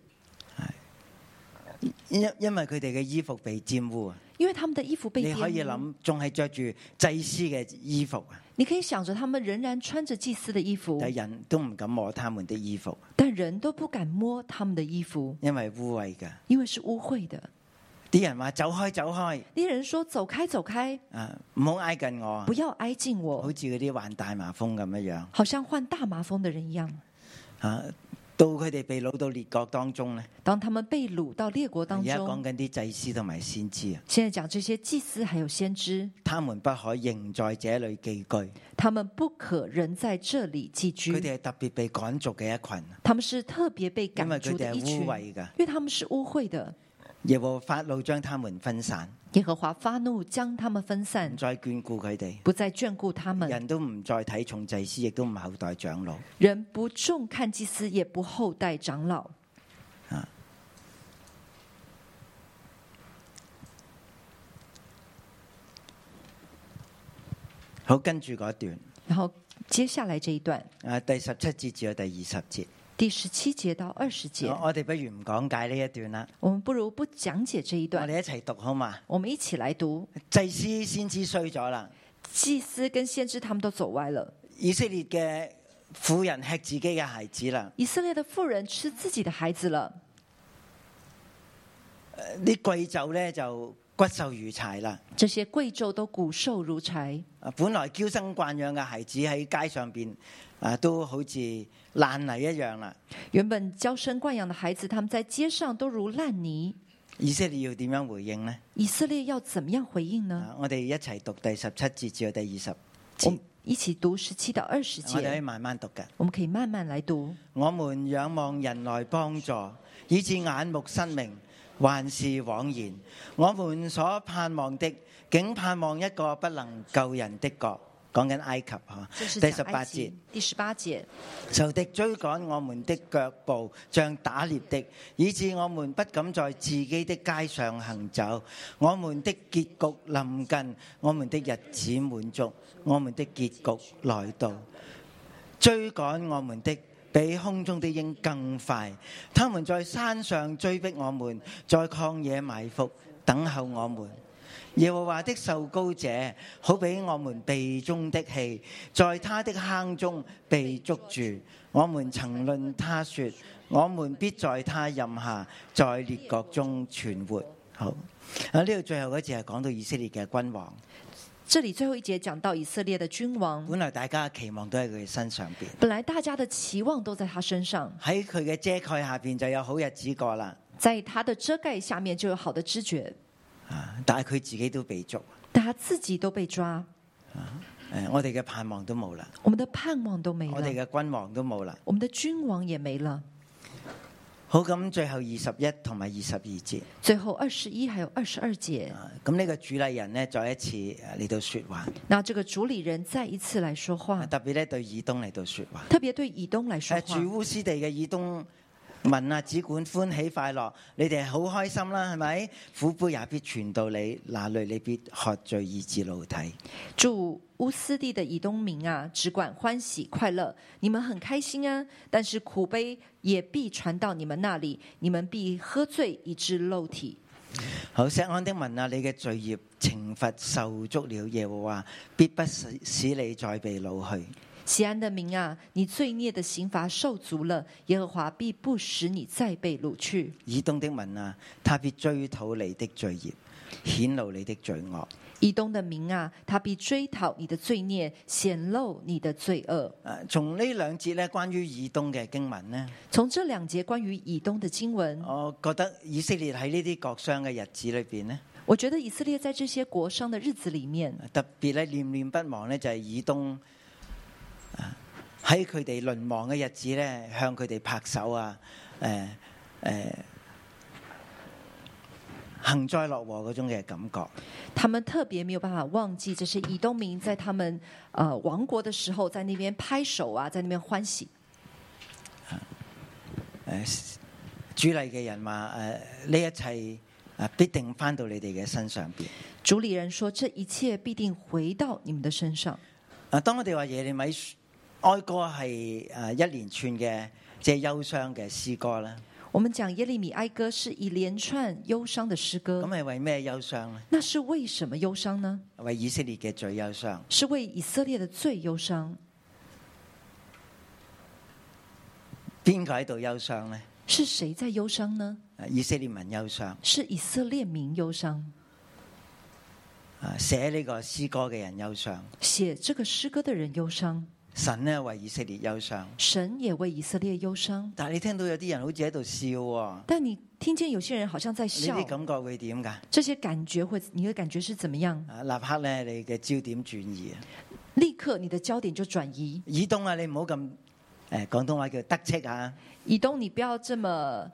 [SPEAKER 2] 因因為佢哋嘅衣服被玷污啊。
[SPEAKER 3] 因为他们的衣服被
[SPEAKER 2] 你可以
[SPEAKER 3] 玷污。
[SPEAKER 2] 諗，仲係着住祭司嘅衣服啊，
[SPEAKER 3] 你可以想着他们仍然穿着祭司的衣服
[SPEAKER 2] 但，人都唔敢摸他們的衣服，
[SPEAKER 3] 但人都不敢摸他们的衣服，
[SPEAKER 2] 因為污穢㗎。
[SPEAKER 3] 因为是污秽的。
[SPEAKER 2] 啲人話走開走開，
[SPEAKER 3] 那些人说：“走开，走开，
[SPEAKER 2] 啊唔好挨近我啊
[SPEAKER 3] 不，要挨近
[SPEAKER 2] 好
[SPEAKER 3] 我
[SPEAKER 2] 似嗰啲患大麻風咁樣樣。！”
[SPEAKER 3] 好像患大麻风的人一样。
[SPEAKER 2] 啊，到佢哋被掳到列國當中咧，
[SPEAKER 3] 当他们被掳到列国当
[SPEAKER 2] 而家講
[SPEAKER 3] 中，
[SPEAKER 2] 緊啲祭司同埋先知啊，
[SPEAKER 3] 现在讲这些祭司还有先知，
[SPEAKER 2] 他們不可仍在這裏寄居，佢
[SPEAKER 3] 他们不可仍在这里寄居，
[SPEAKER 2] 哋係特別被趕逐嘅一群，啊
[SPEAKER 3] 他们是特别被
[SPEAKER 2] 因為
[SPEAKER 3] 赶
[SPEAKER 2] 佢
[SPEAKER 3] 逐
[SPEAKER 2] 哋
[SPEAKER 3] 的一
[SPEAKER 2] 係污
[SPEAKER 3] 群，
[SPEAKER 2] 穢噶。
[SPEAKER 3] 因为他们是污秽的。
[SPEAKER 2] 耶和法怒將他們分散，
[SPEAKER 3] 耶和华发怒，将他们分散
[SPEAKER 2] 唔，再眷顧佢哋。
[SPEAKER 3] 不再眷顾他们。
[SPEAKER 2] 人都唔再睇重祭司，亦都唔厚待長老。
[SPEAKER 3] 人不重看祭司，也不厚待长老。
[SPEAKER 2] 好，跟住嗰段，
[SPEAKER 3] 然后接下来这一段，
[SPEAKER 2] 啊，第十七節至到第二十節，
[SPEAKER 3] 第十七节到二十节，
[SPEAKER 2] 我我哋不如唔講解呢一段啦，
[SPEAKER 3] 我们不如不讲解这一
[SPEAKER 2] 我
[SPEAKER 3] 段，
[SPEAKER 2] 哋一齊讀好嘛？
[SPEAKER 3] 我们一起来读。
[SPEAKER 2] 祭司先知衰咗啦，
[SPEAKER 3] 祭司跟先知他们都走歪了，
[SPEAKER 2] 以色列嘅婦人吃自己嘅孩子啦，
[SPEAKER 3] 以色列的妇人吃自己的孩子了，
[SPEAKER 2] 呃啲貴冑咧就骨瘦如柴啦。
[SPEAKER 3] 这些贵胄都骨瘦如柴，
[SPEAKER 2] 啊本來嬌生慣養嘅孩子喺街上邊啊，都好似爛泥一樣啦。
[SPEAKER 3] 原本娇生惯养的孩子，他们在街上都如烂泥。
[SPEAKER 2] 以色列要點樣回應呢？
[SPEAKER 3] 以色列要怎么样回应呢？
[SPEAKER 2] 啊我哋一齊讀第十七節至到第二十
[SPEAKER 3] 我
[SPEAKER 2] 節
[SPEAKER 3] 们，一起读十七到二十
[SPEAKER 2] 我哋可以
[SPEAKER 3] 节，
[SPEAKER 2] 慢慢讀嘅。
[SPEAKER 3] 我们可以慢慢来读。
[SPEAKER 2] 我們仰望人來幫助，以致眼目失明，還是枉然。我們所盼望的，竟盼望一個不能救人的國。講緊埃及吓，第
[SPEAKER 3] 这是讲
[SPEAKER 2] 十
[SPEAKER 3] 埃
[SPEAKER 2] 八節
[SPEAKER 3] 及，第十八节，
[SPEAKER 2] 仇敵追趕我們的腳步，像打獵的，以致我們不敢在自己的街上行走。我們的結局臨近，我們的日子滿足，我們的結局來到。追趕我們的比空中的鷹更快，他們在山上追逼我們，在曠野埋伏等候我們。耶和華的受高者，好比我們鼻中的氣，在他的坑中被捉住。我們曾論他說，我們必在他任下，在列國中存活。好，啊呢度最後嗰節係講到以色列嘅君王，
[SPEAKER 3] 这里最后一节讲到以色列的君王，
[SPEAKER 2] 本來大家嘅期望都喺佢身上邊，
[SPEAKER 3] 本来大家的期望都在他身上，
[SPEAKER 2] 喺佢嘅遮蓋下邊就有好日子過啦。
[SPEAKER 3] 在他的遮盖下面就有好的知觉，
[SPEAKER 2] 啊，但係佢自己都被捉，
[SPEAKER 3] 但他自己都被抓，
[SPEAKER 2] 誒我哋嘅盼望都冇啦，
[SPEAKER 3] 我们的盼望都没
[SPEAKER 2] 我哋
[SPEAKER 3] 了，
[SPEAKER 2] 嘅君王都冇啦。
[SPEAKER 3] 我们的君王也没了。
[SPEAKER 2] 好咁，最後二十一同埋二十二節。
[SPEAKER 3] 最后二十一还有二十二节，
[SPEAKER 2] 啊咁呢個主禮人呢，再一次呃嚟到说話，
[SPEAKER 3] 那这个主理人再一次来说话，
[SPEAKER 2] 特別咧對以東嚟到说話。
[SPEAKER 3] 特别对以东来说
[SPEAKER 2] 誒呃住
[SPEAKER 3] 话。
[SPEAKER 2] 烏斯地嘅以東民啊，只管歡喜快樂，你哋好開心啦，係咪？苦杯也必傳到你那裏，你必喝醉以致露體。
[SPEAKER 3] 住乌斯地的以东民啊，只管欢喜快乐，你们很开心啊，但是苦悲也必传到你们那里，你们必喝醉以致肉体。
[SPEAKER 2] 好，錫安的民啊，你嘅罪孽懲罰受足了，耶和華必不使使你再被擄去。
[SPEAKER 3] 西安的民啊，你罪孽的刑罚受足了，耶和华必不使你再被掳去。
[SPEAKER 2] 以東的民啊，他必追討你的罪孽，顯露你的罪惡。
[SPEAKER 3] 以东的民啊，他必追讨你的罪孽，显露你的罪恶。
[SPEAKER 2] 誒，呃從呢兩節咧，關於以東嘅經文呢。
[SPEAKER 3] 从这两节关于以东的经文，
[SPEAKER 2] 我覺得以色列喺呢啲國殤嘅日子裏邊呢，
[SPEAKER 3] 我觉得以色列在这些国殇的日子里面，
[SPEAKER 2] 特別咧念念不忘呢，就係以東啊喺佢哋淪亡嘅日子呢，向佢哋拍手啊，誒、誒、幸災樂禍嗰種嘅感覺。
[SPEAKER 3] 他们特别没有办法忘记，这是以东民在他们呃亡国的时候，在那边拍手啊，在那边欢喜。
[SPEAKER 2] 誒、主禮嘅人話誒呢一切啊必定翻到你哋嘅身上邊。
[SPEAKER 3] 主理人说，这一切必定回到你们的身上。
[SPEAKER 2] 啊，當我哋話耶利米哀歌係誒一連串嘅即係憂傷嘅詩歌啦，
[SPEAKER 3] 我们讲耶利米哀歌是一連串忧伤的诗
[SPEAKER 2] 咁
[SPEAKER 3] 歌，
[SPEAKER 2] 係為咩憂傷呢？
[SPEAKER 3] 那是为什么忧伤呢？
[SPEAKER 2] 为以色列嘅罪忧傷。
[SPEAKER 3] 是为以色列的罪忧伤。
[SPEAKER 2] 邊個喺度憂傷呢？
[SPEAKER 3] 是谁在忧伤呢？
[SPEAKER 2] 啊以色列民憂傷。
[SPEAKER 3] 是以色列民忧伤。
[SPEAKER 2] 啊，写呢個詩歌嘅人憂傷。
[SPEAKER 3] 写这个诗歌的人忧伤，
[SPEAKER 2] 神呢為以色列憂傷。
[SPEAKER 3] 神也为以色列忧伤。
[SPEAKER 2] 但系你聽到有啲人好似喺度笑喎，
[SPEAKER 3] 但你听见有些人好像在
[SPEAKER 2] 你
[SPEAKER 3] 笑，
[SPEAKER 2] 啲感覺會點㗎？
[SPEAKER 3] 这些感觉会，你的感觉是怎么样？
[SPEAKER 2] 啊，立刻咧你嘅焦點轉移。啊
[SPEAKER 3] 立刻你的焦点就转移。
[SPEAKER 2] 以東啊，你唔好咁诶廣東話叫得戚啊，
[SPEAKER 3] 以东，你不要这么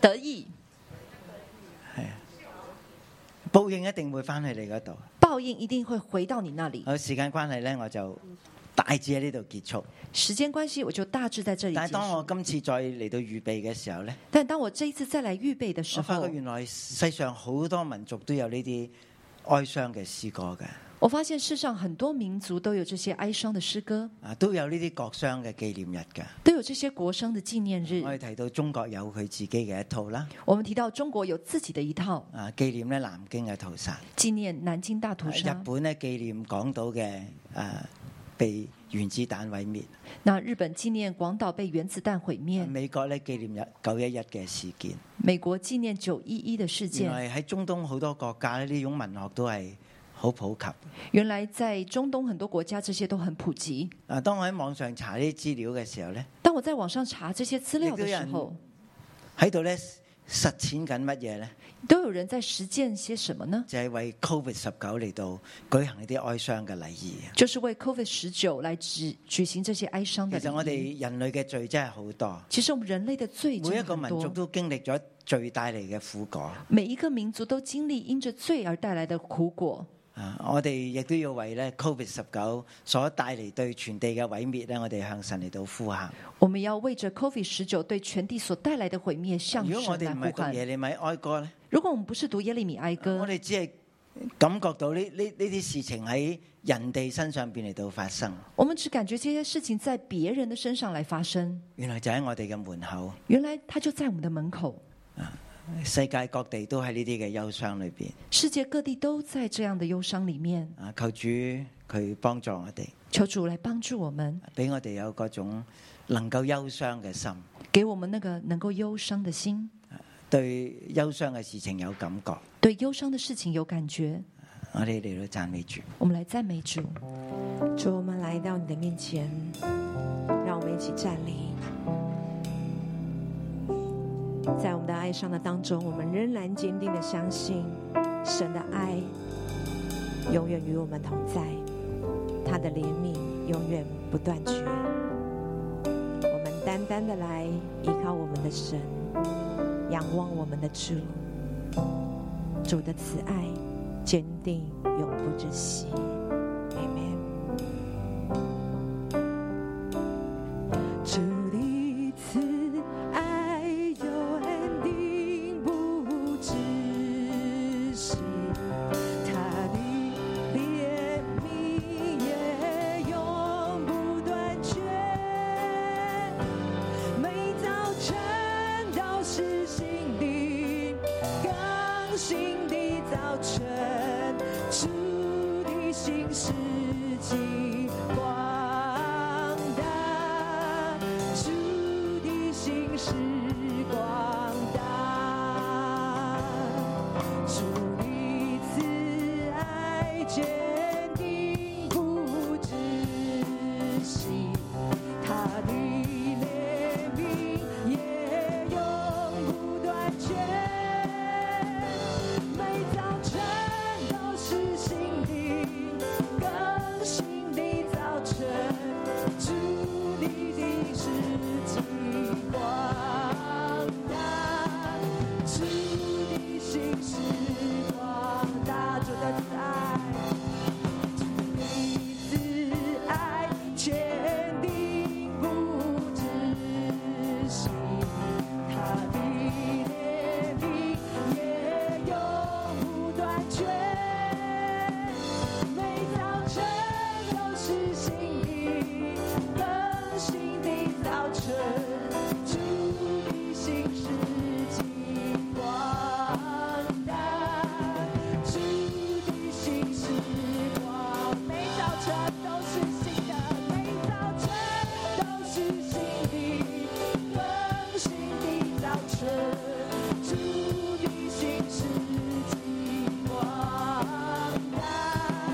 [SPEAKER 3] 得意，
[SPEAKER 2] 報應一定會翻去你嗰度。
[SPEAKER 3] 报应一定会回到你那里。
[SPEAKER 2] 好，時間關係咧，我就大致喺呢度結束。
[SPEAKER 3] 时间关系，我就大致在这里
[SPEAKER 2] 但
[SPEAKER 3] 结
[SPEAKER 2] 係當
[SPEAKER 3] 束。
[SPEAKER 2] 我今次再嚟到預備嘅時候咧。
[SPEAKER 3] 但当我这一次再来预备的时
[SPEAKER 2] 我發
[SPEAKER 3] 候
[SPEAKER 2] 覺，原來世上好多民族都有呢啲哀傷嘅詩歌嘅，
[SPEAKER 3] 我发现世上很多民族都有这些哀伤的诗歌，
[SPEAKER 2] 啊都有呢啲國殤嘅紀念日嘅。
[SPEAKER 3] 都有这些国殇的纪念日
[SPEAKER 2] 我。哋提到中國有佢自己嘅一套啦，
[SPEAKER 3] 我们提到中国有自己的一套
[SPEAKER 2] 啊紀念咧南京嘅屠殺，啊
[SPEAKER 3] 纪念南京大屠
[SPEAKER 2] 日
[SPEAKER 3] 杀，
[SPEAKER 2] 本咧紀念港島嘅啊被原子彈毀滅，啊
[SPEAKER 3] 那日本纪念广岛被原子弹毁灭，
[SPEAKER 2] 美國咧紀念日九一一嘅事件。
[SPEAKER 3] 美国纪念九一一的事
[SPEAKER 2] 原
[SPEAKER 3] 件。
[SPEAKER 2] 來喺中東好多國家咧呢種文學都係好普及。
[SPEAKER 3] 原来在中东很多国家，这些都很普及。
[SPEAKER 2] 啊，當我喺網上查呢啲資料嘅時候咧，
[SPEAKER 3] 当我在网上查这些资料的时候，
[SPEAKER 2] 喺度咧實踐緊乜嘢咧？
[SPEAKER 3] 都有人在实践些什么呢？
[SPEAKER 2] 就係為 Covid 十九嚟到舉行呢啲哀傷嘅禮儀。
[SPEAKER 3] 就是为 COVID 十九来举举行这些哀伤
[SPEAKER 2] 其
[SPEAKER 3] 的
[SPEAKER 2] 實我
[SPEAKER 3] 礼仪。
[SPEAKER 2] 哋人類嘅罪真係好多，
[SPEAKER 3] 其实我们人类的罪
[SPEAKER 2] 每一
[SPEAKER 3] 真
[SPEAKER 2] 個
[SPEAKER 3] 的
[SPEAKER 2] 民
[SPEAKER 3] 很
[SPEAKER 2] 族都
[SPEAKER 3] 多，
[SPEAKER 2] 經歷咗罪帶嚟嘅苦果。
[SPEAKER 3] 每一个民族都经历因着罪而带来的苦果。
[SPEAKER 2] 啊！我哋亦都要為咧 Covid 十九所帶嚟對全地嘅毀滅咧，我哋向神嚟到呼喊。
[SPEAKER 3] 我们要为着 COVID 十九对全地所帶來的毀滅向
[SPEAKER 2] 如果我
[SPEAKER 3] 神
[SPEAKER 2] 哋
[SPEAKER 3] 来
[SPEAKER 2] 唔係
[SPEAKER 3] 呼
[SPEAKER 2] 讀
[SPEAKER 3] 喊
[SPEAKER 2] 耶。利米哀歌咧，
[SPEAKER 3] 如果我们不是读耶利米哀
[SPEAKER 2] 我
[SPEAKER 3] 歌，
[SPEAKER 2] 哋只係感覺到呢呢呢啲事情喺人哋身上邊嚟到發生，
[SPEAKER 3] 我们只感觉这些事情在别人的身上来发生，
[SPEAKER 2] 原來就喺我哋嘅門口。
[SPEAKER 3] 原来它就在我们的门口。
[SPEAKER 2] 世界各地都喺呢啲嘅憂傷裏邊。
[SPEAKER 3] 世界各地都在这样的忧伤里面，
[SPEAKER 2] 啊，求主佢幫助我哋，
[SPEAKER 3] 求主来帮助我们，
[SPEAKER 2] 俾我哋有嗰種能夠憂傷嘅心，
[SPEAKER 3] 给我们那个能够忧伤的心，
[SPEAKER 2] 對憂傷嘅事情有感覺。
[SPEAKER 3] 对忧伤的事情有感觉。
[SPEAKER 2] 我哋嚟到讚美主。
[SPEAKER 3] 我们来赞美主，
[SPEAKER 4] 主，我们来到你的面前，让我们一起站立。在我们的哀伤的当中，我们仍然坚定的相信，神的爱永远与我们同在，他的怜悯永远不断绝。我们单单的来依靠我们的神，仰望我们的主，主的慈爱坚定永不止息。Amen。主的慈爱永恒定不止息，他的怜悯也永不断绝。每早晨都是新的，更新的早晨，主的心事迹广大，主的心事广大，主的慈爱坚定不止息。他的怜悯也永不断绝，每早晨都是新的，更新的早晨，主你的世迹广大，主的心事广大，主的慈爱。你慈爱坚定不止息，他的怜悯也永不断绝。每早晨都是新的，更新的早晨，主的心事迹广大。主的心是光，每早晨都是新的，每早晨都是新的，更新的早晨。主的心是极光大，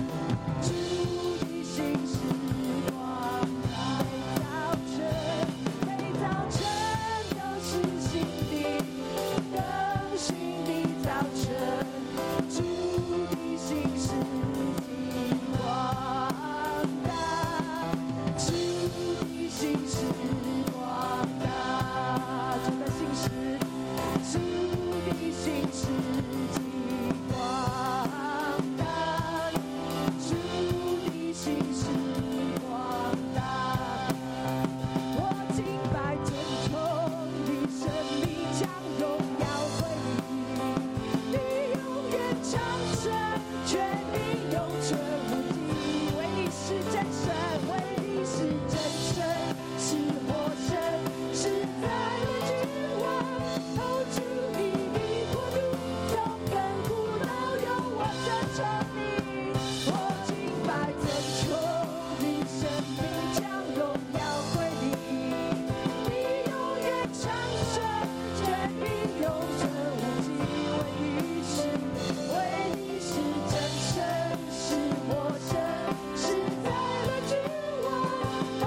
[SPEAKER 4] 主的心是光大，每早晨，每早晨都是新的，更新的早晨。主的心是极广大，主的心是广大，主的心是，主的心是极广大，主的心是广大。我敬拜尊崇你，生命将荣耀归你，你永远长生，全力永存无敌。唯你是真神，唯你是真神，是活神，是在的君王。哦，主你的国度从亘古到永，我赞唱你，我敬拜尊崇你，生命将荣耀归你。你永远长生，全力永存无极。唯一是，唯一是真神，是我神，是在的君王。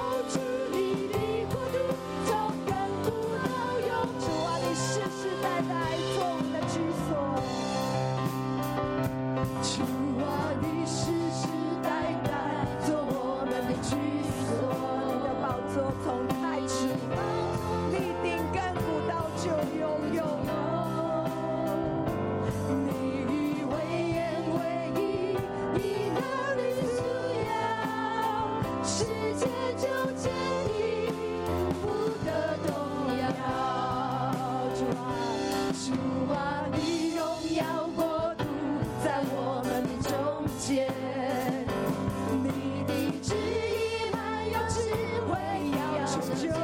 [SPEAKER 4] 哦，主你的国度从亘古到永，主啊，你世世代代做我们的居所。主啊，你世世代代做我们的居所，你的宝座从太始，你定根古到就永永。你以为言为义，以能力荣耀，世界就见你不得动摇。主啊。主啊，你荣耀国度在我们的中间，你的旨意满有智慧要成就，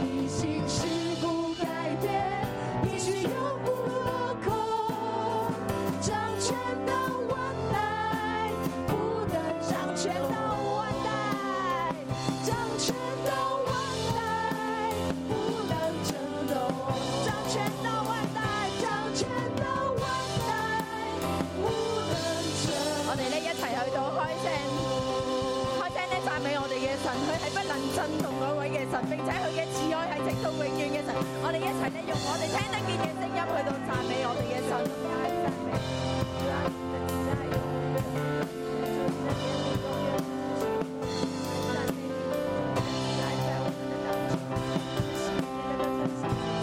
[SPEAKER 4] 你心事不改变，震動嗰位嘅神，並且佢嘅慈愛係直到永遠嘅神。我哋一齊咧用我哋聽得見嘅聲音去到讚美我哋嘅神，讚美。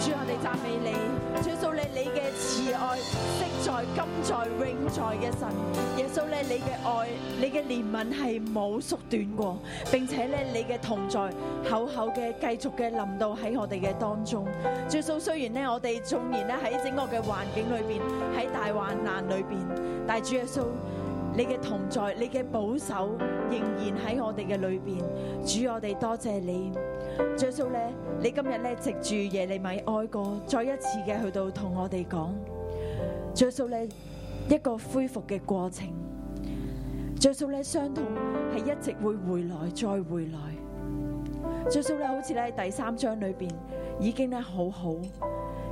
[SPEAKER 4] 主，我哋讚美你，主耶穌你你嘅慈愛，昔在、今在、永在嘅神，耶穌咧你嘅愛，你嘅憐憫係冇縮短過，並且咧你嘅同在厚厚嘅繼續嘅臨到喺我哋嘅當中。主耶穌雖然咧我哋縱然咧喺整個嘅環境裏邊，喺大患難裏邊，但係主耶穌。你嘅同在，你嘅保守仍然喺我哋嘅裏邊，主我哋多謝你，主耶穌咧，你今日咧藉住耶利米哀歌，再一次嘅去到同我哋講，主耶穌咧一個恢復嘅過程，主耶穌咧傷痛係一直會回來再回來，主耶穌咧好似咧第三章裏邊已經咧好好，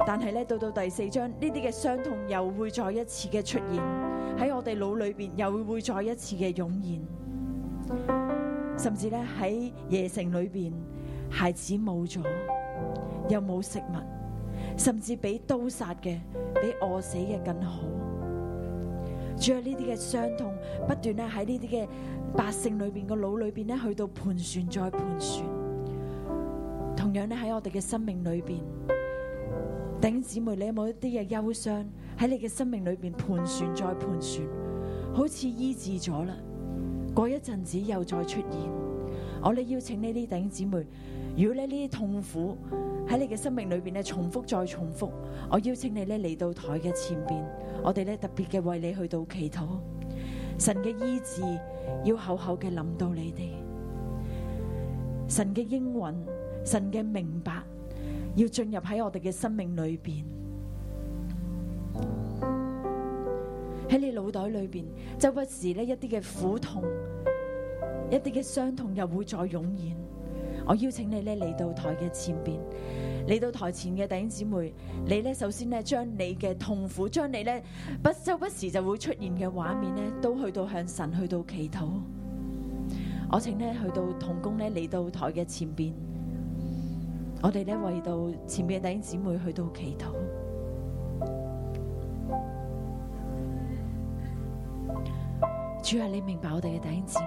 [SPEAKER 4] 但係咧到到第四章呢啲嘅傷痛又會再一次嘅出現。喺我哋腦裏邊又會再一次嘅湧現，甚至咧喺夜城裏邊，孩子冇咗，又冇食物，甚至俾刀殺嘅，比餓死嘅更好。仲啊有呢啲嘅傷痛，不斷咧喺呢啲嘅百姓裏邊個腦裏邊咧，去到盤旋再盤旋。同樣咧喺我哋嘅生命裏邊。弟兄姊妹，你有冇一啲嘅憂傷喺你嘅生命裏邊盤旋再盤旋，好似醫治咗啦，過一陣子又再出現。我哋邀請呢啲弟兄姊妹，如果你呢啲痛苦喺你嘅生命裏邊咧重複再重複，我邀請你咧嚟到台嘅前邊，我哋咧特別嘅為你去到祈禱，神嘅醫治要厚厚嘅臨到你哋，神嘅應允，神嘅明白。要進入喺我哋嘅生命裏邊，喺你腦袋裏邊，周不時呢一啲嘅苦痛，一啲嘅傷痛又會再湧現。我邀請你呢嚟到台嘅前邊，嚟到台前嘅弟兄姊妹，你呢首先呢將你嘅痛苦，將你呢不周不時就會出現嘅畫面呢，都去到向神去到祈禱。我請呢去到同工呢嚟到台嘅前邊。我哋咧為到前面嘅弟兄姊妹去到祈禱。主啊，你明白我哋嘅弟兄姊妹。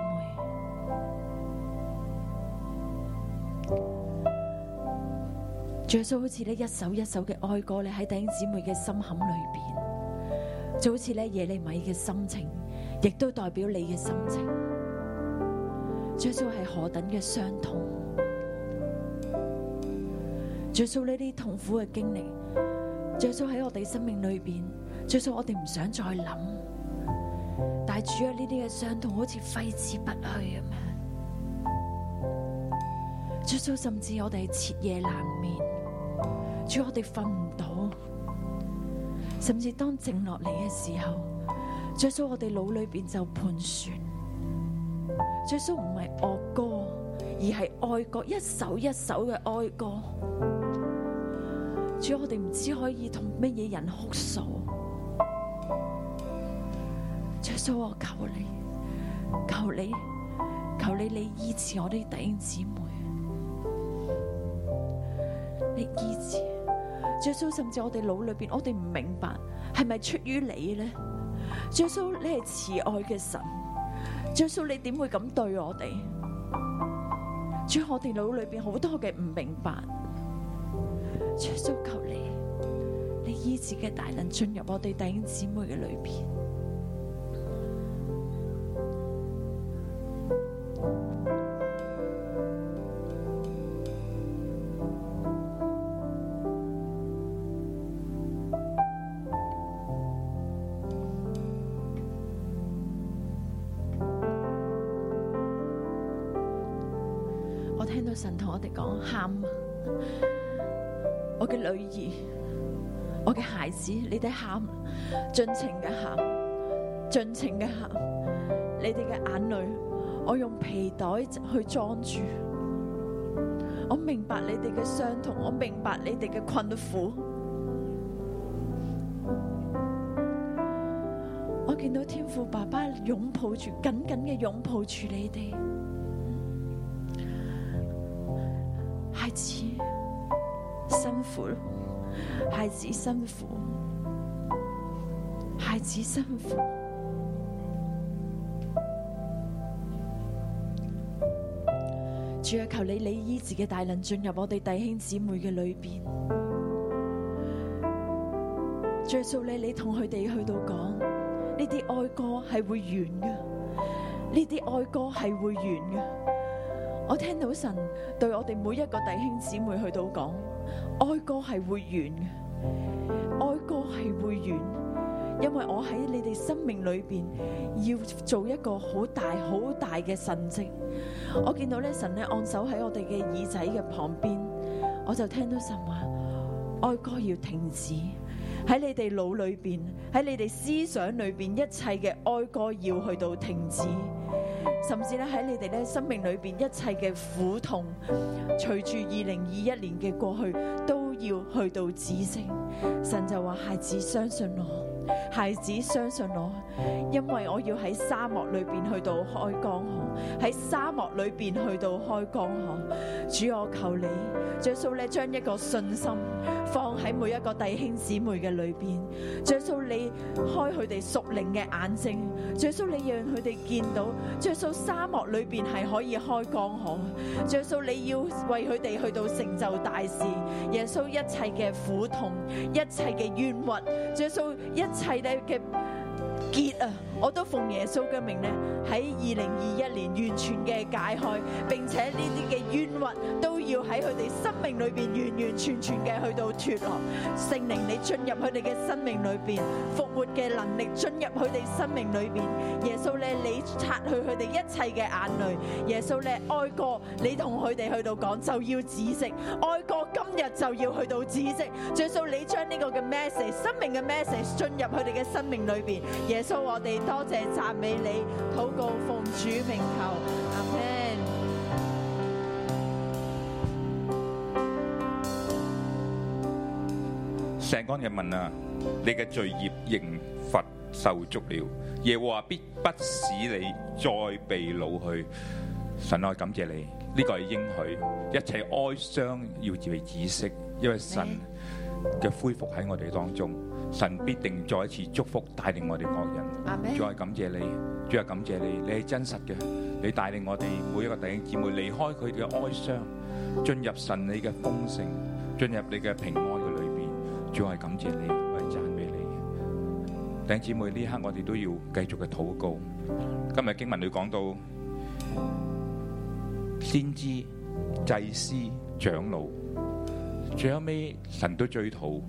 [SPEAKER 4] 主耶穌好似呢一首一首嘅哀歌咧喺弟兄姊妹嘅心坎裏邊，就好似咧耶利米嘅心情，亦都代表你嘅心情。主耶穌係何等嘅傷痛。耶穌呢啲痛苦嘅經歷，耶穌喺我哋生命裏邊，耶穌我哋唔想再諗，但係主啊呢啲嘅傷痛好似揮之不去咁樣，耶穌甚至我哋徹夜難眠，主我哋瞓唔到，甚至當靜落嚟嘅時候，耶穌我哋腦裏邊就盤旋，耶穌唔係樂歌，而係哀歌，一首一首嘅哀歌。主，我哋唔知可以同乜嘢人哭訴。主耶穌，我求你，求你，求你，你醫治我啲弟兄姊妹，你醫治。主耶穌，甚至我哋腦裏邊，我哋唔明白係咪出於你呢？主耶穌，你係慈愛嘅神，主耶穌，你點會咁對我哋？主，我哋腦裏邊好多嘅唔明白。主耶穌求你，你醫治嘅大能進入我哋弟兄姊妹嘅裏邊。我聽到神同我哋講喊啊我嘅女兒，我嘅孩子，你哋喊，啊盡情嘅喊，盡情嘅喊，你哋嘅眼淚，我用皮袋去裝住。我明白你哋嘅傷痛，我明白你哋嘅困苦。我見到天父爸爸擁抱住，緊緊嘅擁抱住你哋。子辛苦，孩子辛苦，孩子辛苦。主啊，求你你医治嘅大能进入我哋弟兄姊妹嘅里边。最數你你同佢哋去到講，呢啲哀歌係會完嘅，呢啲哀歌係會完嘅。我聽到神對我哋每一個弟兄姊妹去到講，哀歌係會完嘅，哀歌係會完，因為我喺你哋生命裏边要做一個好大好大嘅神迹。我見到咧神咧按手喺我哋嘅耳仔嘅旁邊，我就聽到神話，哀歌要停止。喺你哋腦裏边，喺你哋思想裏边，一切嘅哀歌要去到停止，甚至咧喺你哋咧生命裏边一切嘅苦痛，隨住二零二一年嘅過去，都要去到止息。神就話：孩子相信我，孩子相信我，因為我要喺沙漠裏边去到開江河，喺沙漠裏边去到開江河。主，我求你，耶數咧將一個信心。放喺每一個弟兄姊妹嘅裏边。耶穌你開佢哋屬靈嘅眼睛，耶穌你讓佢哋見到，耶穌沙漠裏边係可以開江河，耶穌你要為佢哋去到成就大事，耶穌一切嘅苦痛，一切嘅冤屈，耶穌一切咧嘅。結啊！我都奉耶穌嘅名咧，喺二零二一年完全嘅解開，並且呢啲嘅冤屈都要喺佢哋生命裏邊完完全全嘅去到脱落。聖靈你進入佢哋嘅生命裏邊，復活嘅能力進入佢哋生命裏邊。耶穌咧，你擦去佢哋一切嘅眼淚。耶穌咧，哀歌，你同佢哋去到講就要止息，哀歌今日就要去到止息。耶穌，你將呢個嘅 message，生命嘅 message 進入佢哋嘅生命裏邊。耶穌，我哋多謝讚美你，禱告奉主名求，阿門。
[SPEAKER 5] 錫安嘅民啊，你嘅罪孽刑罰受足了，耶和華必不使你再被擄去。神啊，感謝你，呢、個係應許，一切哀傷要自被止息，因為神嘅恢復喺我哋當中，神必定再一次祝福帶領我哋各人。
[SPEAKER 4] 阿
[SPEAKER 5] 主啊，感謝你，主啊，感謝你，你係真實嘅，你帶領我哋每一個弟兄姊妹離開佢嘅哀傷，進入神你嘅豐盛，進入你嘅平安嘅裏邊。主啊，感謝你，我哋讚美你。弟兄姊妹，呢一刻我哋都要繼續嘅禱告。今日經文裏講到，先知、祭司、長老，最後尾神都追討，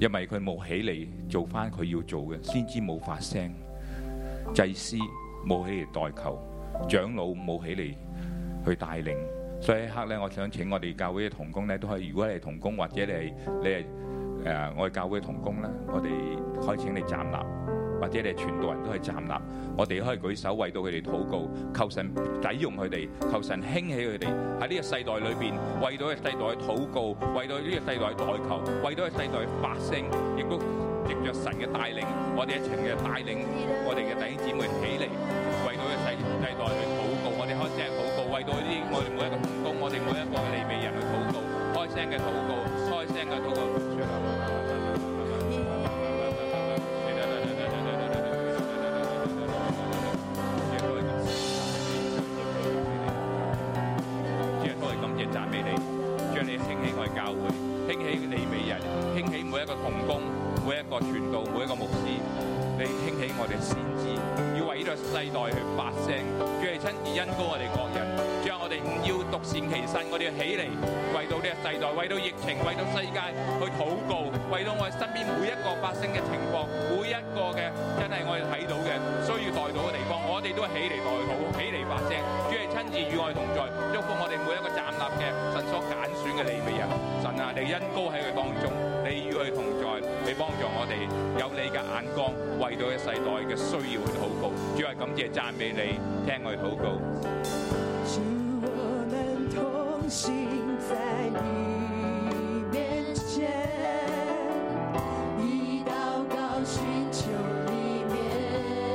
[SPEAKER 5] 因為佢冇起嚟做翻佢要做嘅，先知冇發聲。祭司冇起嚟代求，長老冇起嚟去帶領。所以呢一刻咧，我想請我哋教會嘅童工咧，都可以。如果你係童工或者你係你係誒、呃我哋教會嘅童工咧，我哋可以請你站立，或者你係傳道人都可以站立。我哋可以舉手為到佢哋禱告，求神抵用佢哋，求神興起佢哋喺呢個世代裏邊，為到呢個世代禱告，為到呢個世代代求，為到呢個世代發聲，亦都藉着神嘅帶領，我哋一齊嘅帶領我哋嘅弟兄姊妹起嚟，為到呢個世世代去禱告。我哋開聲禱告，為到呢啲我哋每一個同工，我哋每一個利未人去禱告，開聲嘅禱告，開聲嘅禱告。主啊，都係感謝讚美你，主啊，你興起我哋教會，興起利美人，興起每一個童工，每一個傳道，每一個牧師，你興起我哋先知，要為呢個世代去發聲，主啊，你親自恩膏我哋各人，主啊，我哋唔要獨善其身，我哋要起嚟，為到呢個世代，為到疫情，為到世界去禱告，為到我哋身邊每一個發生嘅情況，每一個嘅真係我哋睇到嘅需要代禱嘅地方，我哋都起嚟代禱，起嚟發聲，主啊，你親自與我哋同在，祝福我哋每一個站立嘅神所揀選嘅利未人，神啊，你恩高喺佢當中，你與佢同在，你幫助我哋有你嘅眼光，為到嘅世代嘅需要去禱告，主啊，感謝讚美你，聽我哋禱告。
[SPEAKER 6] 主，我们同行在你面前，以祷告寻求你面。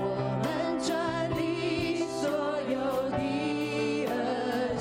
[SPEAKER 6] 我们转离所有的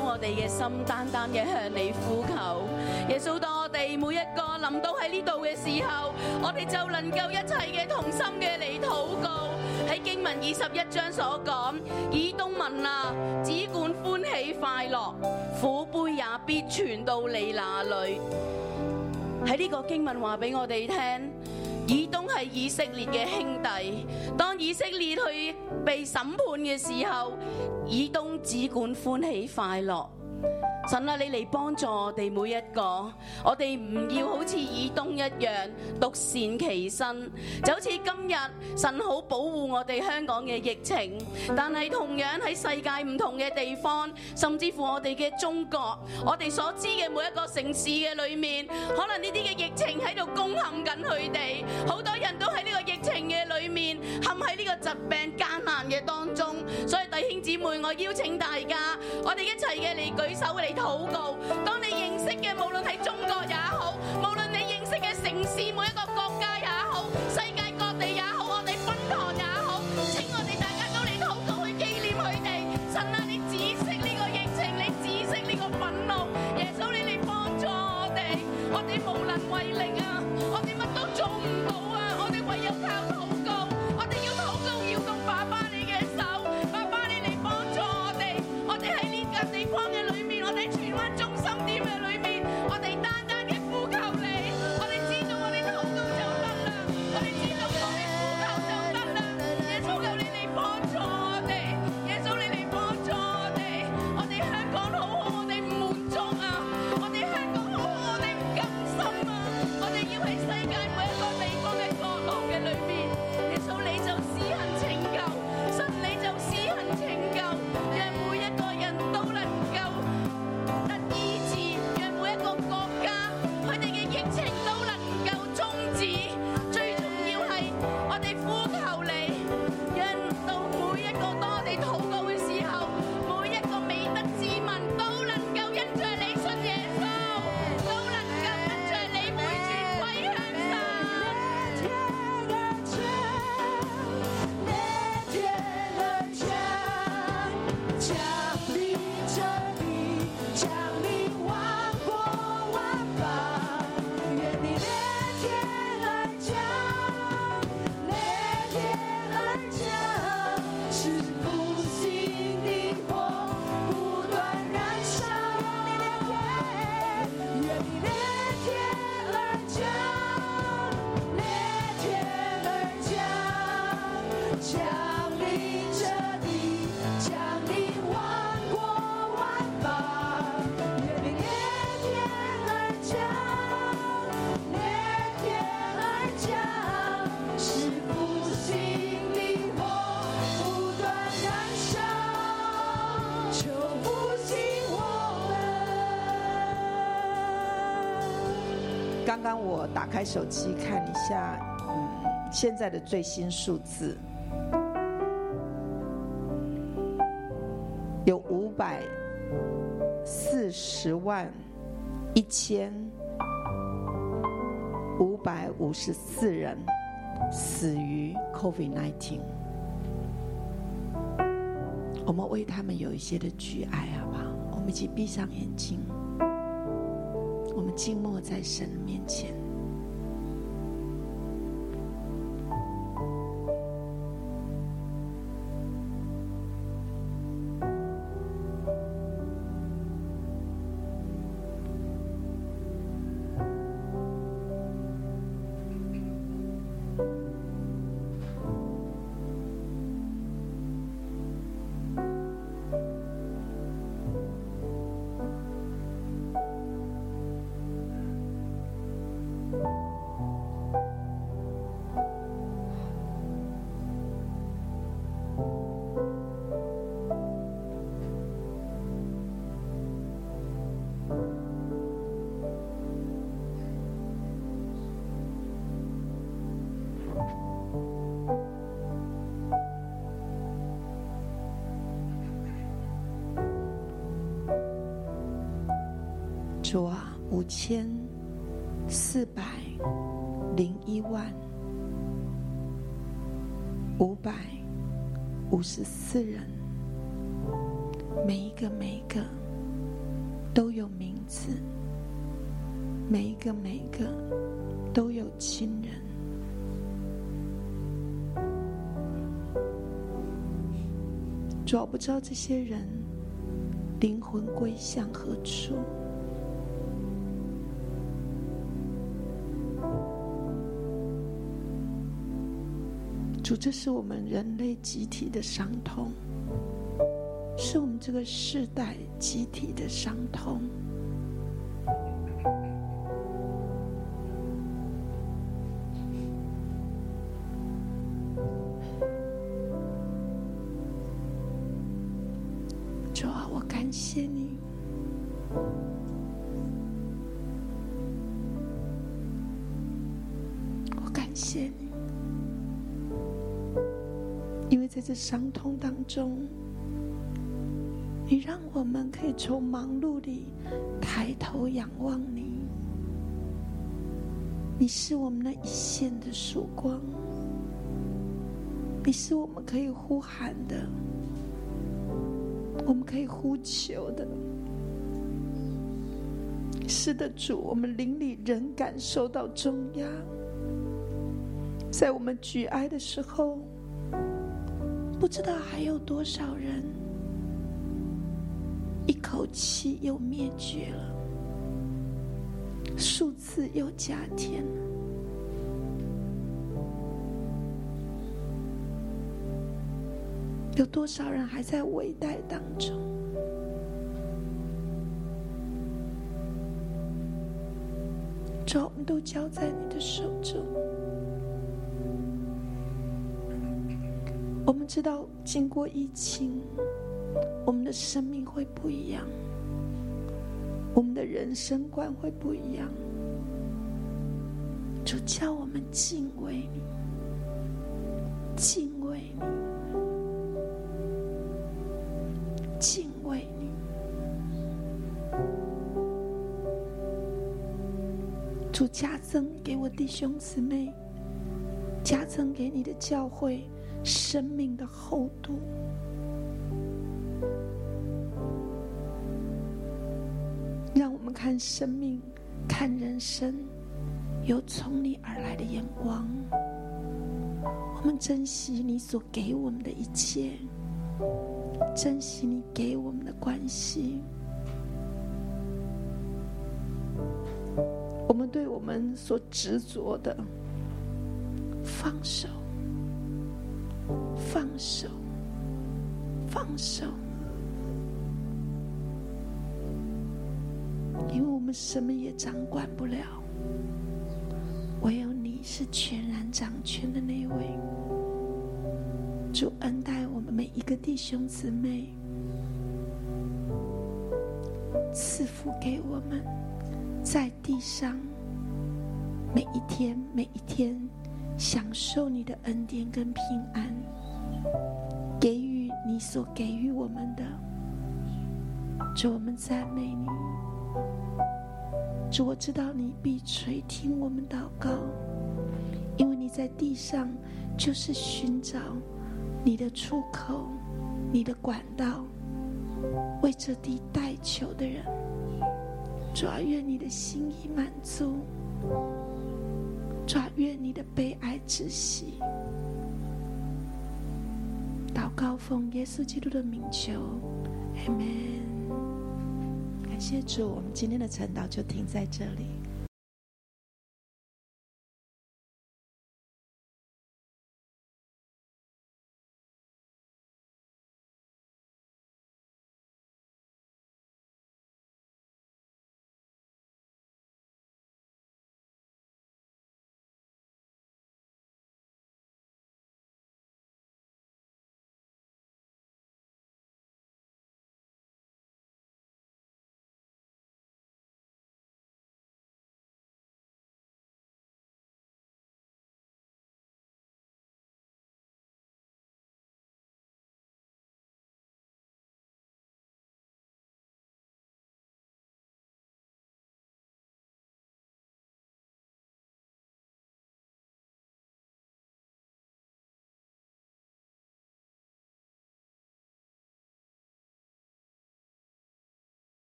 [SPEAKER 6] 我哋嘅心單單嘅向你呼求。耶穌，當我哋每一個臨到喺呢度嘅時候，我哋就能夠一切嘅同心嘅嚟禱告。喺經文二十一章所講，以東文啊，只管歡喜快樂，苦杯也必傳到你那裏。喺呢個經文話俾我哋聽，以東係以色列嘅兄弟。當以色列去被審判嘅時候，以東只管歡喜快樂。神啊，你嚟幫助我哋每一個，我哋唔要好似以東一樣獨善其身，就好似今日神好保護我哋香港嘅疫情，但係同樣喺世界唔同嘅地方，甚至乎我哋嘅中國，我哋所知嘅每一個城市嘅裏面，可能呢啲嘅疫情喺度攻陷緊佢哋，好多人都喺呢個疫情嘅裏面陷喺呢個疾病艱難嘅當中，所以弟兄姊妹，我邀請大家，我哋一齊嘅嚟舉手嚟禱告。當你認識嘅，無論係中國也好，無論你認識嘅城市每一個國家也好，世界各地也好，我哋分堂也好，請我哋大家都嚟禱告去紀念佢哋。神啊，你止息呢個疫情，你止息呢個憤怒，耶穌你嚟幫助我哋，我哋無能為力啊，我哋乜都做唔到啊，我哋唯有靠禱告，我哋要禱告，要到爸爸你嘅手，爸爸你嚟幫助我哋，我哋喺呢個地方嘅裏面，我哋荃灣中心點嘅裏面，我哋單單嘅呼求你，我哋知道我哋禱告就得啦，我哋知道我哋呼求就得啦，耶穌求你嚟幫助我哋，耶穌你嚟幫助我哋，我哋香港好好，我哋唔滿足啊，我哋香港好好，我哋唔甘心啊，我哋要喺世界每一個地方嘅角落嘅裏面，耶穌你就施行拯救，神你就施行拯救，讓每一個人都能夠。得醫治，讓每一個國家佢哋嘅疫情都能夠終止。最重要係我哋呼求你，讓到每一個當我哋禱告嘅時候，每一個美德之民都能夠因着你信耶穌，都能夠因着你回轉歸向神。
[SPEAKER 7] 降临这里，降临万国万邦，愿你烈天而降，烈天而降，是复兴的火不断燃烧。愿你烈天而降，烈天而降，降临这地，降临万国万邦。愿你烈天而降，烈天而降，是复兴的火不断燃烧，求复兴我们。
[SPEAKER 4] 刚刚我打开手机看一下，嗯，现在的最新数字有五百四十万一千五百五十四人死于 COVID-19。我们为他们有一些的举哀，好不好？我们一起闭上眼睛。我们静默在神的面前。主啊，五千四百零一万五百五十四人，每一个每一个
[SPEAKER 7] 都有名字，每一个每一个都有亲人。主要不知道这些人灵魂归向何处。主，这是我们人类集体的伤痛，是我们这个世代集体的伤痛。主啊，我感谢你，我感谢你。因为在这伤痛当中，你让我们可以从忙碌里抬头仰望你。你是我们那一线的曙光，你是我们可以呼喊的，我们可以呼求的。是的，主，我们邻里仍感受到重压，在我们举哀的时候。不知道还有多少人一口气又灭绝了，数字又加添了。有多少人还在危殆当中？主，我们都交在你的手中。我们知道，经过疫情，我们的生命会不一样，我们的人生观会不一样。主叫我们敬畏你，敬畏你，敬畏你。主加增给我弟兄姊妹，加增给你的教会。生命的厚度。让我们看生命，看人生，有从你而来的眼光。我们珍惜你所给我们的一切，珍惜你给我们的关系。我们对我们所执着的，放手。放手，放手，因为我们什么也掌管不了，唯有你是全然掌权的那位。主恩待我们每一个弟兄姊妹，赐福给我们在地上每一天每一天享受你的恩典跟平安。给予你所给予我们的。主，我们赞美你。主，我知道你必垂听我们祷告，因为你在地上就是寻找你的出口、你的管道，为这地代求的人。主啊，愿你的心意满足。主啊，愿你的悲哀止息。祷告奉耶稣基督的名求，Amen。
[SPEAKER 8] 感谢主，我们今天的晨祷就停在这里。